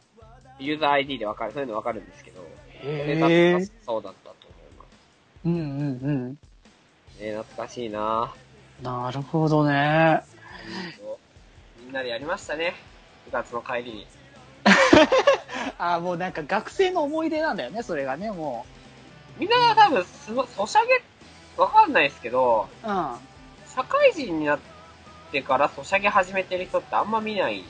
Speaker 1: ユーザー ID でわかる、そういうのわかるんですけど、
Speaker 2: へー
Speaker 1: ねたそうだったと思いま
Speaker 2: うんうん
Speaker 1: す。ね懐かしいな
Speaker 2: うん。なるほどね。
Speaker 1: みんなでやりましたね。部活の帰りに。
Speaker 2: ああ、もうなんか学生の思い出なんだよね、それがね、も
Speaker 1: みんな多分、すご、ソシャゲ、わかんないですけど、
Speaker 2: う。うん。
Speaker 1: 社会人になってからソシャゲ始めてる人ってあんま見ない。、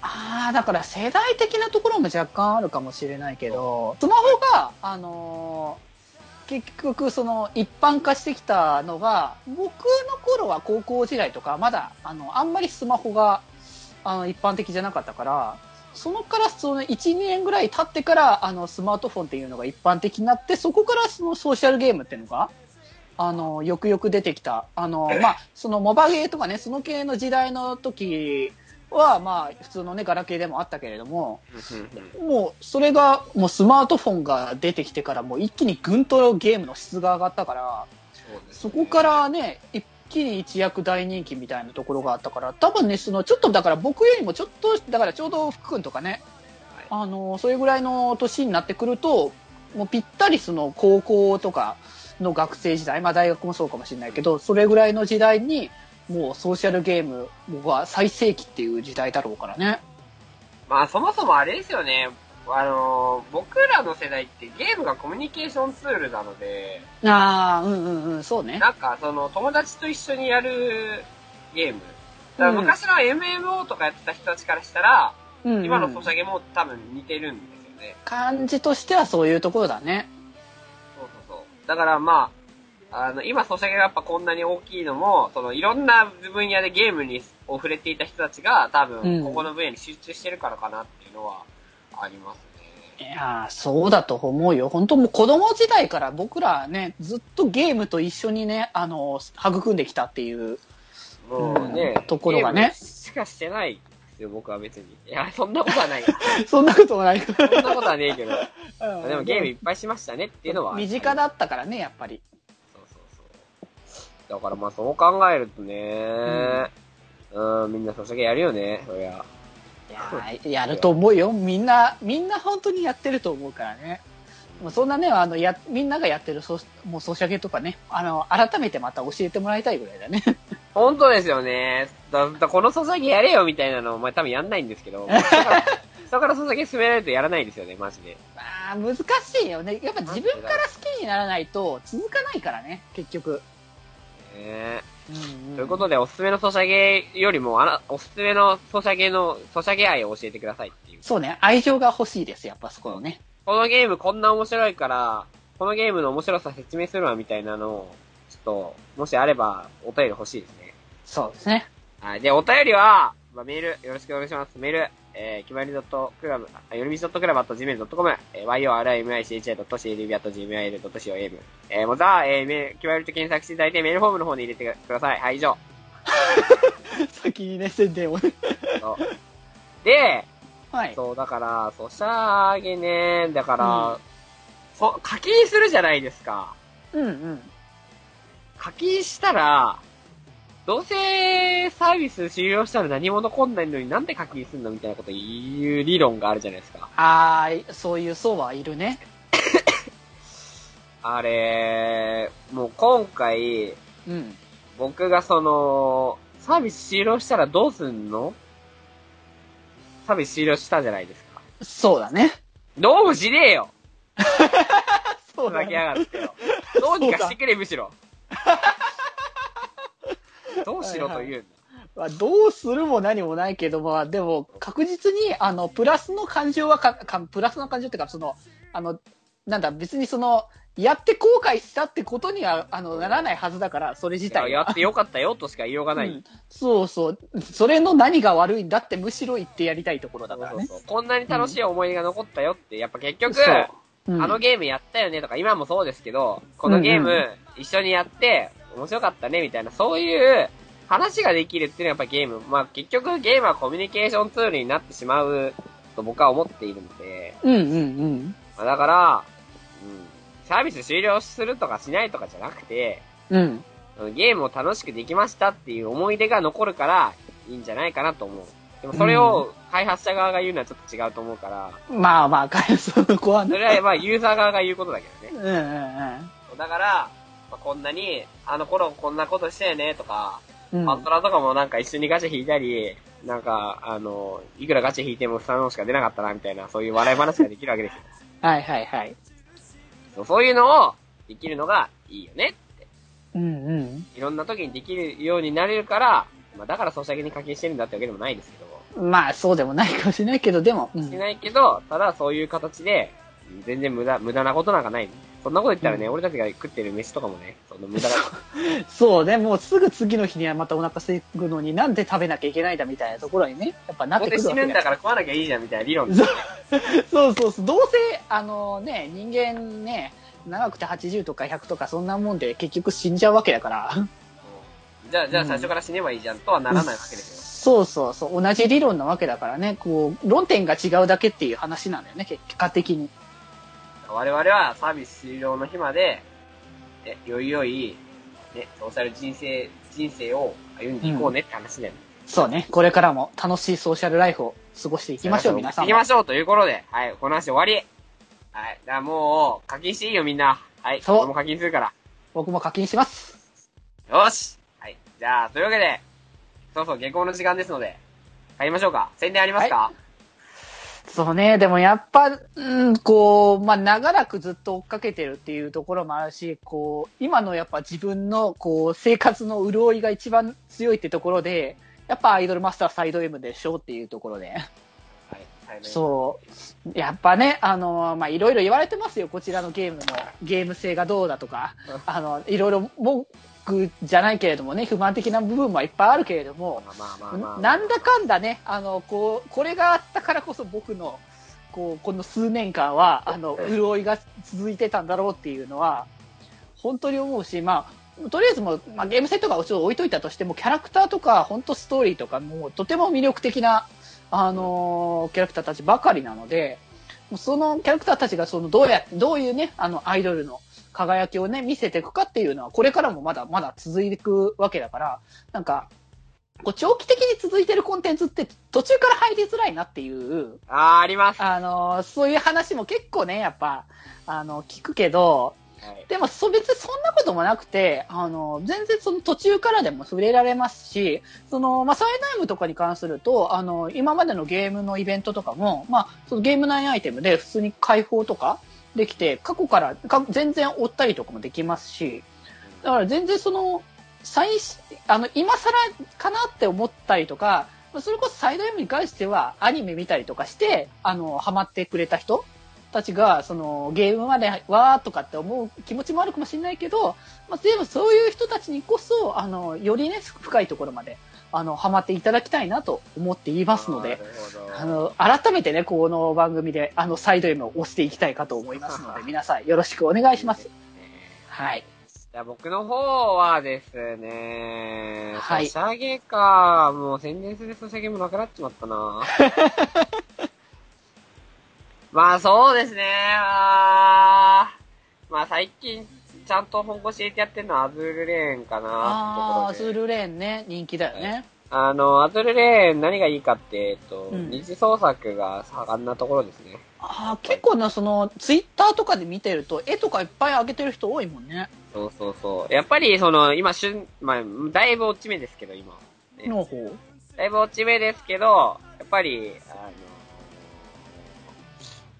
Speaker 2: ああ、だから世代的なところも若干あるかもしれないけど、スマホが、あのー結局その一般化してきたのが、僕の頃は高校時代とか、まだ、あの、あんまりスマホが、あの、一般的じゃなかったから、そのからその1、2年ぐらい経ってから、あの、スマートフォンっていうのが一般的になって、そこからそのソーシャルゲームっていうのが、あの、よくよく出てきた。あの、まあ、そのモバゲーとかね、その系の時代の時は、まあ、普通のね、ガラケーでもあったけれども、もう、それが、もうスマートフォンが出てきてから、もう一気にぐんとゲームの質が上がったから、そこかららね、一気に一躍大人気みたいなところがあったから、多分ね、その、ちょっとだから僕よりもちょっと、だからちょうど福君とかね、あの、それぐらいの年になってくると、もうぴったりその高校とかの学生時代、まあ大学もそうかもしれないけど、それぐらいの時代に、もうソーシャルゲームは最盛期っていう時代だろうからね。
Speaker 1: まあそもそもあれですよね。あのー僕らの世代ってゲームがコミュニケーションツールなので、
Speaker 2: ああ、うんうんうん、そうね。
Speaker 1: なんかその友達と一緒にやるゲーム。だから昔の MMO とかやってた人たちからしたら、
Speaker 2: うんうん
Speaker 1: 今のソシャゲも多分似てるんですよね。
Speaker 2: 感じとしてはそういうところだね。
Speaker 1: そうそうそう。だからまあ、あの、今ソシャゲがやっぱこんなに大きいのも、そのいろんな分野でゲームにを触れていた人たちが多
Speaker 2: うん
Speaker 1: 分ここの分野に集中してるからかなっていうのはあります
Speaker 2: い
Speaker 1: ね。
Speaker 2: やーそうだと思うよ。本当もう子供時代から僕らね、ずっとゲームと一緒にね、あの、育んできたっていう。 *laughs*
Speaker 1: もうね、
Speaker 2: ところがね
Speaker 1: ゲームしかしてないですよ、僕は別に。いや、そんなことはない。そ
Speaker 2: そんなこともないか
Speaker 1: んなことはねえ
Speaker 2: *laughs*
Speaker 1: けど。
Speaker 2: ら。
Speaker 1: でもゲームいっぱいしましたねっていうのは。
Speaker 2: 身近だったからね、やっぱり。
Speaker 1: そうそうそう。だからまあそう考えるとね、うん、みんなソシャゲやるよね、そりゃ。
Speaker 2: いやーやると思うよ。みんな、みんな本当にやってると思うからね。もうそんなね、あの、や、みんながやってるソ、もうソシャゲとかね、あの、改めてまた教えてもらいたいぐらいだね。
Speaker 1: 本当ですよね。だだこのソシャゲやれよみたいなの、お前多分やんないんですけど、人から人からソシャゲ進められるとやらないですよね、マジで。
Speaker 2: まあ、難しいよね。やっぱ自分から好きにならないと続かないからね、結局。
Speaker 1: ね
Speaker 2: うんん
Speaker 1: ということで、おすすめのソシャゲよりも、あな、おすすめのソシャゲの、ソシャゲ愛を教えてくださいっていう。
Speaker 2: そうね、愛情が欲しいです、やっぱそこのね。
Speaker 1: このゲームこんな面白いから、このゲームの面白さ説明するわみたいなのを、ちょっと、もしあれば、お便り欲しいですね。
Speaker 2: そうです
Speaker 1: *laughs*
Speaker 2: ね。
Speaker 1: はい。で、お便りは、まあ、メール、よろしくお願いします。メール、えー、きまり .club、あよりみち .club.gmail.com、えー、yorimichi.cdb.gmail.com、えー、または、えー、メール、きまりと検索していただいて、メールフォームの方に入れてください。はい、以上。
Speaker 2: 先にね、宣伝を。 *laughs*
Speaker 1: そうで、
Speaker 2: はい。
Speaker 1: そう、だから、ソシャゲね、だから、
Speaker 2: うん
Speaker 1: そ、課金するじゃないですか。
Speaker 2: うんうん。
Speaker 1: 課金したら、どうせサービス終了したら何も残んないのになんで課金すんのみたいなこと言う理論があるじゃないですか。
Speaker 2: あー、そういう層はいるね。
Speaker 1: あれ、もう今回、
Speaker 2: うん。
Speaker 1: 僕がその、サービス終了したらどうすんのサービス終了したじゃないですか。
Speaker 2: そうだね。 *laughs*
Speaker 1: どうもしねえよ
Speaker 2: そうだ
Speaker 1: 泣きやが
Speaker 2: ね。
Speaker 1: って
Speaker 2: *laughs*
Speaker 1: よ。どうにかしてくれ、むしろ。どうしろと言うんだ。
Speaker 2: まあどうするも何もないけど、まあ、でも、確実に、あの、プラスの感情はか、かプラスの感情っていうか、その、あの、なんだ、別にその、やって後悔したってことには、あの、ならないはずだから、それ自体は。
Speaker 1: いややってよかったよとしか言いようがない。
Speaker 2: うんそうそう。それの何が悪いんだってむしろ言ってやりたいところだから
Speaker 1: そ
Speaker 2: ね。
Speaker 1: うそうそうこんなに楽しい思い出が残ったよって、やっぱ結局、
Speaker 2: そううん
Speaker 1: あのゲームやったよねとか、今もそうですけど、このゲー
Speaker 2: うんう
Speaker 1: ム一緒にやって、面白かったねみたいな、そういう話ができるっていうのはやっぱゲーム、まあ結局ゲームはコミュニケーションツールになってしまうと僕は思っているので、
Speaker 2: うんうんうん。
Speaker 1: まあだから、うん、サービス終了するとかしないとかじゃなくて、
Speaker 2: うん。
Speaker 1: ゲームを楽しくできましたっていう思い出が残るから、いいんじゃないかなと思う。でもそれを開発者側が言うのはちょっと違うと思うから、
Speaker 2: まあまあ、返すの子は
Speaker 1: そ
Speaker 2: ね。
Speaker 1: れはまあユーザー側が言うことだけどね
Speaker 2: *laughs* う。んうんうん。
Speaker 1: だから、まあ、こんなに、あの頃こんなことしてねとか、
Speaker 2: うん
Speaker 1: パズドラとかもなんか一緒にガチャ引いたり、なんか、あの、いくらガチャ引いてもスタノンしか出なかったなみたいな、そういう笑い話ができるわけですよ
Speaker 2: はいはいはい。
Speaker 1: *laughs* そう。そういうのをできるのがいいよね。
Speaker 2: うんうん。
Speaker 1: いろんな時にできるようになれるから、まあだからソシャゲに課金してるんだってわけでもないですけども。
Speaker 2: まあ、そうでもないかもしれないけど、でも、う
Speaker 1: し
Speaker 2: ん、
Speaker 1: ないけど、ただそういう形で、全然無駄、無駄なことなんかない。そんなこと言ったらね、俺たちが食ってる飯とかもね、その無駄な
Speaker 2: そうね、もうすぐ次の日にはまたお腹空くのになんで食べなきゃいけないんだみたいなところにね、やっぱなっ
Speaker 1: ここ
Speaker 2: て
Speaker 1: で
Speaker 2: くる
Speaker 1: 死
Speaker 2: わ
Speaker 1: ぬん
Speaker 2: け *laughs* だ
Speaker 1: *laughs* だ
Speaker 2: か
Speaker 1: から食わなきゃいいじゃんみたいな理論
Speaker 2: そうら。 *laughs* そうそうそう、どうせ、あのね、人間ね、長くて80とか100とかそんなもんで結局死んじゃうわけだから。
Speaker 1: じゃあ、じゃあ最初から死ねばいいじゃんとはならないわけです
Speaker 2: そうそうそう、同じ理論なわけだからね、こう、論点が違うだけっていう話なんだよね、結果的に。
Speaker 1: よ。我々はサービス終了の日まで、ね、よいよい、ね、ソーシャル人生、人生を歩んでいこうねって話だよね。
Speaker 2: そうね、これからも楽しいソーシャルライフを過ごしていきましょう、皆さん
Speaker 1: 行
Speaker 2: も。
Speaker 1: きましょうということで、はい、この話終わり。はい、だからもう、課金していいよみんな。はい、
Speaker 2: そう
Speaker 1: 俺も課金するから。
Speaker 2: 僕も課金します。
Speaker 1: よしはい。じゃあ、というわけで、そうそう、下校の時間ですので、帰りましょうか。宣伝ありますか、
Speaker 2: そうね、でもやっぱ、うん、こう、まあ、長らくずっと追っかけてるっていうところもあるし、こう、今のやっぱ自分の、こう、生活の潤いが一番強いってところで、やっぱアイドルマスターサイド M でしょっていうところで。
Speaker 1: はい。
Speaker 2: そう。やっぱね、あの、まあ、いろいろ言われてますよ、こちらのゲームの、ゲーム性がどうだとか、あの、いろいろ文句じゃないけれどもね、不満的な部分もいっぱいあるけれども、
Speaker 1: まあまあまあまあ。
Speaker 2: なんだかんだね、あの、こう、これがあったからこそ僕の、こう、この数年間は、あの、潤いが続いてたんだろうっていうのは、本当に思うし、まあ、とりあえずもう、まあ、ゲームセットがちょっと置いといたとしても、キャラクターとか、本当ストーリーとか、もうとても魅力的な、あのキャラクターたちばかりなので、もうそのキャラクターたちが、その、どうやって、どういうね、あの、アイドルの輝きをね、見せていくかっていうのは、これからもまだまだ続いていくわけだから、なんか、こう長期的に続いてるコンテンツって途中から入りづらいなっていう、
Speaker 1: あー、あります。
Speaker 2: あのそういう話も結構ね、やっぱ、あの聞くけど、
Speaker 1: はい。
Speaker 2: でもそ別にそんなこともなくて、あの全然その途中からでも触れられますし、その、まあ、サイナイムとかに関すると、あの今までのゲームのイベントとかも、まあ、そのゲーム内アイテムで普通に開放とかできて、過去からか全然追ったりとかもできますし、だから全然その、最しあの今更かなって思ったりとか、それこそサイド M に関してはアニメ見たりとかして、あの、ハマってくれた人たちが、その、ゲームまでわーとかって思う気持ちもあるかもしれないけど、まあ、でもそういう人たちにこそ、あの、よりね、深いところまで、あの、ハマっていただきたいなと思っていますので
Speaker 1: な、るほど
Speaker 2: あの、改めてね、この番組で、あの、サイド M を押していきたいかと思いますので、皆さんよろしくお願いします。はい。
Speaker 1: じゃあ僕の方はですね、
Speaker 2: はい
Speaker 1: ソシャゲか。もう宣伝するソシャゲもなくなっちまった
Speaker 2: *laughs*
Speaker 1: な。まあそうですね。あーまあ最近、ちゃんと本腰入れてやってるのはアズールレーンかな。
Speaker 2: ああ、
Speaker 1: って
Speaker 2: ス
Speaker 1: ところ
Speaker 2: ー
Speaker 1: で
Speaker 2: ルレーンね、人気だよね。
Speaker 1: あの、アズールレーン何がいいかって、えっと、
Speaker 2: うん
Speaker 1: 二次創作が盛んなところですね。
Speaker 2: ああ、結構な、その、ツイッターとかで見てると、絵とかいっぱい上げてる人多いもんね。
Speaker 1: そうそうそう。やっぱり、その、今、旬、まあ、だいぶ落ち目ですけど、今。ね
Speaker 2: の方。
Speaker 1: だいぶ落ち目ですけど、やっぱり、あの、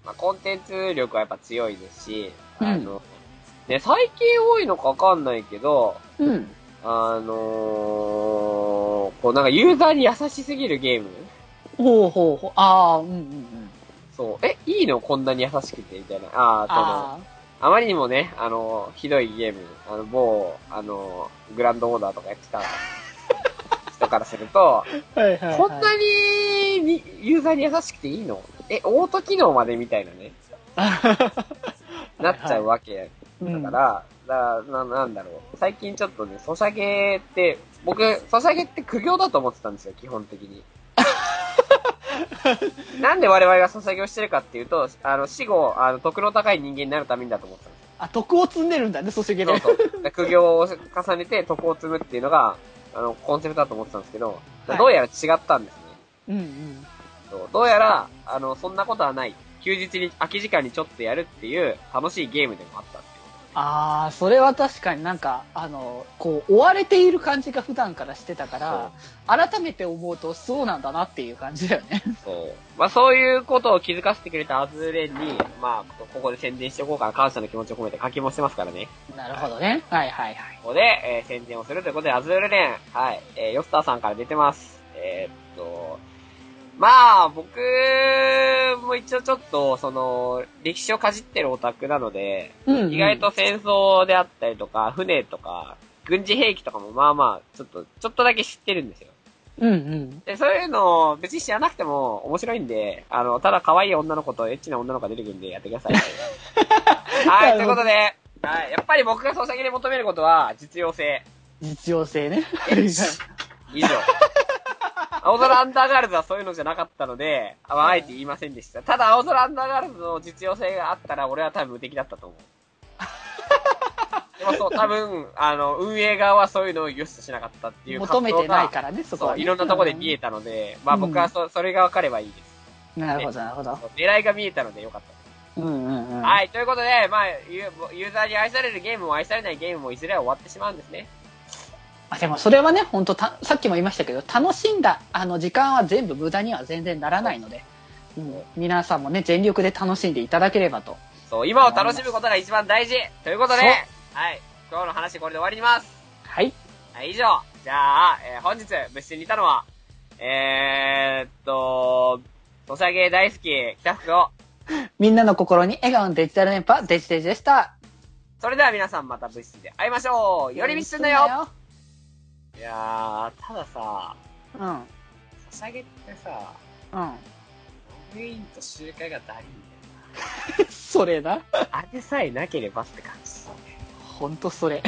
Speaker 1: まあ、コンテンツ力はやっぱ強いですし、あの、ね、最近多いのかわかんないけど、
Speaker 2: うん。
Speaker 1: あのこうなんかユーザーに優しすぎるゲーム
Speaker 2: ほうほうほう。ああ、うんうんうん。
Speaker 1: そう。え、いいのこんなに優しくてみたいな。ああ、
Speaker 2: あ
Speaker 1: その、あまりにもね、あのひどいゲーム、あの、某、あのグランドオーダーとかやってた人からすると、
Speaker 2: あ。はいはい、
Speaker 1: こんなににユーザーに優しくていいのえ、オート機能までみたいなね、なっちゃうわけだから、だななんだろう。最近ちょっとね、ソシャゲって、僕、ソシャゲって苦行だと思ってたんですよ、基本的
Speaker 2: *laughs*
Speaker 1: に。なんで我々がソシャゲをしてるかっていうと、あの、死後、あの、得の高い人間になるためにだと思ってたんですよ。
Speaker 2: あ、徳を積んでるんだね、ソシャゲで。
Speaker 1: そうそう
Speaker 2: *laughs*
Speaker 1: で苦行を重ねて得を積むっていうのが、あの、コンセプトだと思ってたんですけど、
Speaker 2: はい
Speaker 1: どうやら違ったんですね。
Speaker 2: うんうん。
Speaker 1: そうどうやら、あの、そんなことはない。休日に、空き時間にちょっとやるっていう楽しいゲームでもあったっていう
Speaker 2: ああ、それは確かになんか、あの、こう、追われている感じが普段からしてたから、改めて思うと、そうなんだなっていう感じだよ
Speaker 1: *laughs*
Speaker 2: ね。
Speaker 1: そう。まあ、そういうことを気づかせてくれたアズーレンに、まあ、ここで宣伝しておこうかな。感謝の気持ちを込めて課金もしてますからね。
Speaker 2: なるほどね。はいはいはい。
Speaker 1: ここで、えー宣伝をするということで、アズールレン、はい、えー、ヨスターさんから出てます。えーっと、まあ、僕も一応ちょっと、その、歴史をかじってるオタクなので、
Speaker 2: うん、
Speaker 1: 意外。と戦争であったりとか、船とか、軍事兵器とかもまあまあ、ちょっと、ちょっとだけ知ってるんですよ。
Speaker 2: うんうん。
Speaker 1: で、そういうのを別に知らなくても面白いんで、あの、ただ可愛い女の子とエッチな女の子が出てくるんでやってくだ
Speaker 2: *laughs*
Speaker 1: さい。はい、ということで、はい、やっぱり僕が創作で求めることは実用性。
Speaker 2: 実用性ね。
Speaker 1: 以上。青空アンダーガールズはそういうのじゃなかったので、あまああえて言いませんでした。ただ青空アンダーガールズの実用性があったら俺は多分無敵だったと思う。でも
Speaker 2: *laughs*
Speaker 1: そう、多分、あの、運営側はそういうのを良しとしなかったっていう
Speaker 2: *laughs* 求めてないからね、そ
Speaker 1: そう
Speaker 2: こはね、
Speaker 1: いろんなとこで見えたので、まあ僕はそ,、それが分かればいいです。
Speaker 2: なるほど、なるほど。
Speaker 1: 狙いが見えたのでよかった。
Speaker 2: うんうんうん。
Speaker 1: はい、ということで、まあユー、ユーザーに愛されるゲームも愛されないゲームもいずれは終わってしまうんですね。
Speaker 2: あでもそれはね、本当た、さっきも言いましたけど、楽しんだあの時間は全部無駄には全然ならないので、うん皆さんもね、全力で楽しんでいただければと。
Speaker 1: そう、今を楽しむことが一番大事ということで
Speaker 2: そう、
Speaker 1: はい、今日の話これで終わります。
Speaker 2: はい。
Speaker 1: はい、以上。じゃあ、えー本日、物質にいたのは、えー、っと、土佐芸大好き、北福を。
Speaker 2: みんなの心に笑顔のデジタル電波、デジデジでした。
Speaker 1: それでは皆さんまた物質で会いましょうより道すんだよいやー、たださ、
Speaker 2: うん。うん。
Speaker 1: 土佐芸ってさ、 *laughs* ログインと集会がダリー
Speaker 2: それな。
Speaker 1: だよな。あれさえなければって感じ。
Speaker 2: ほんとそれ。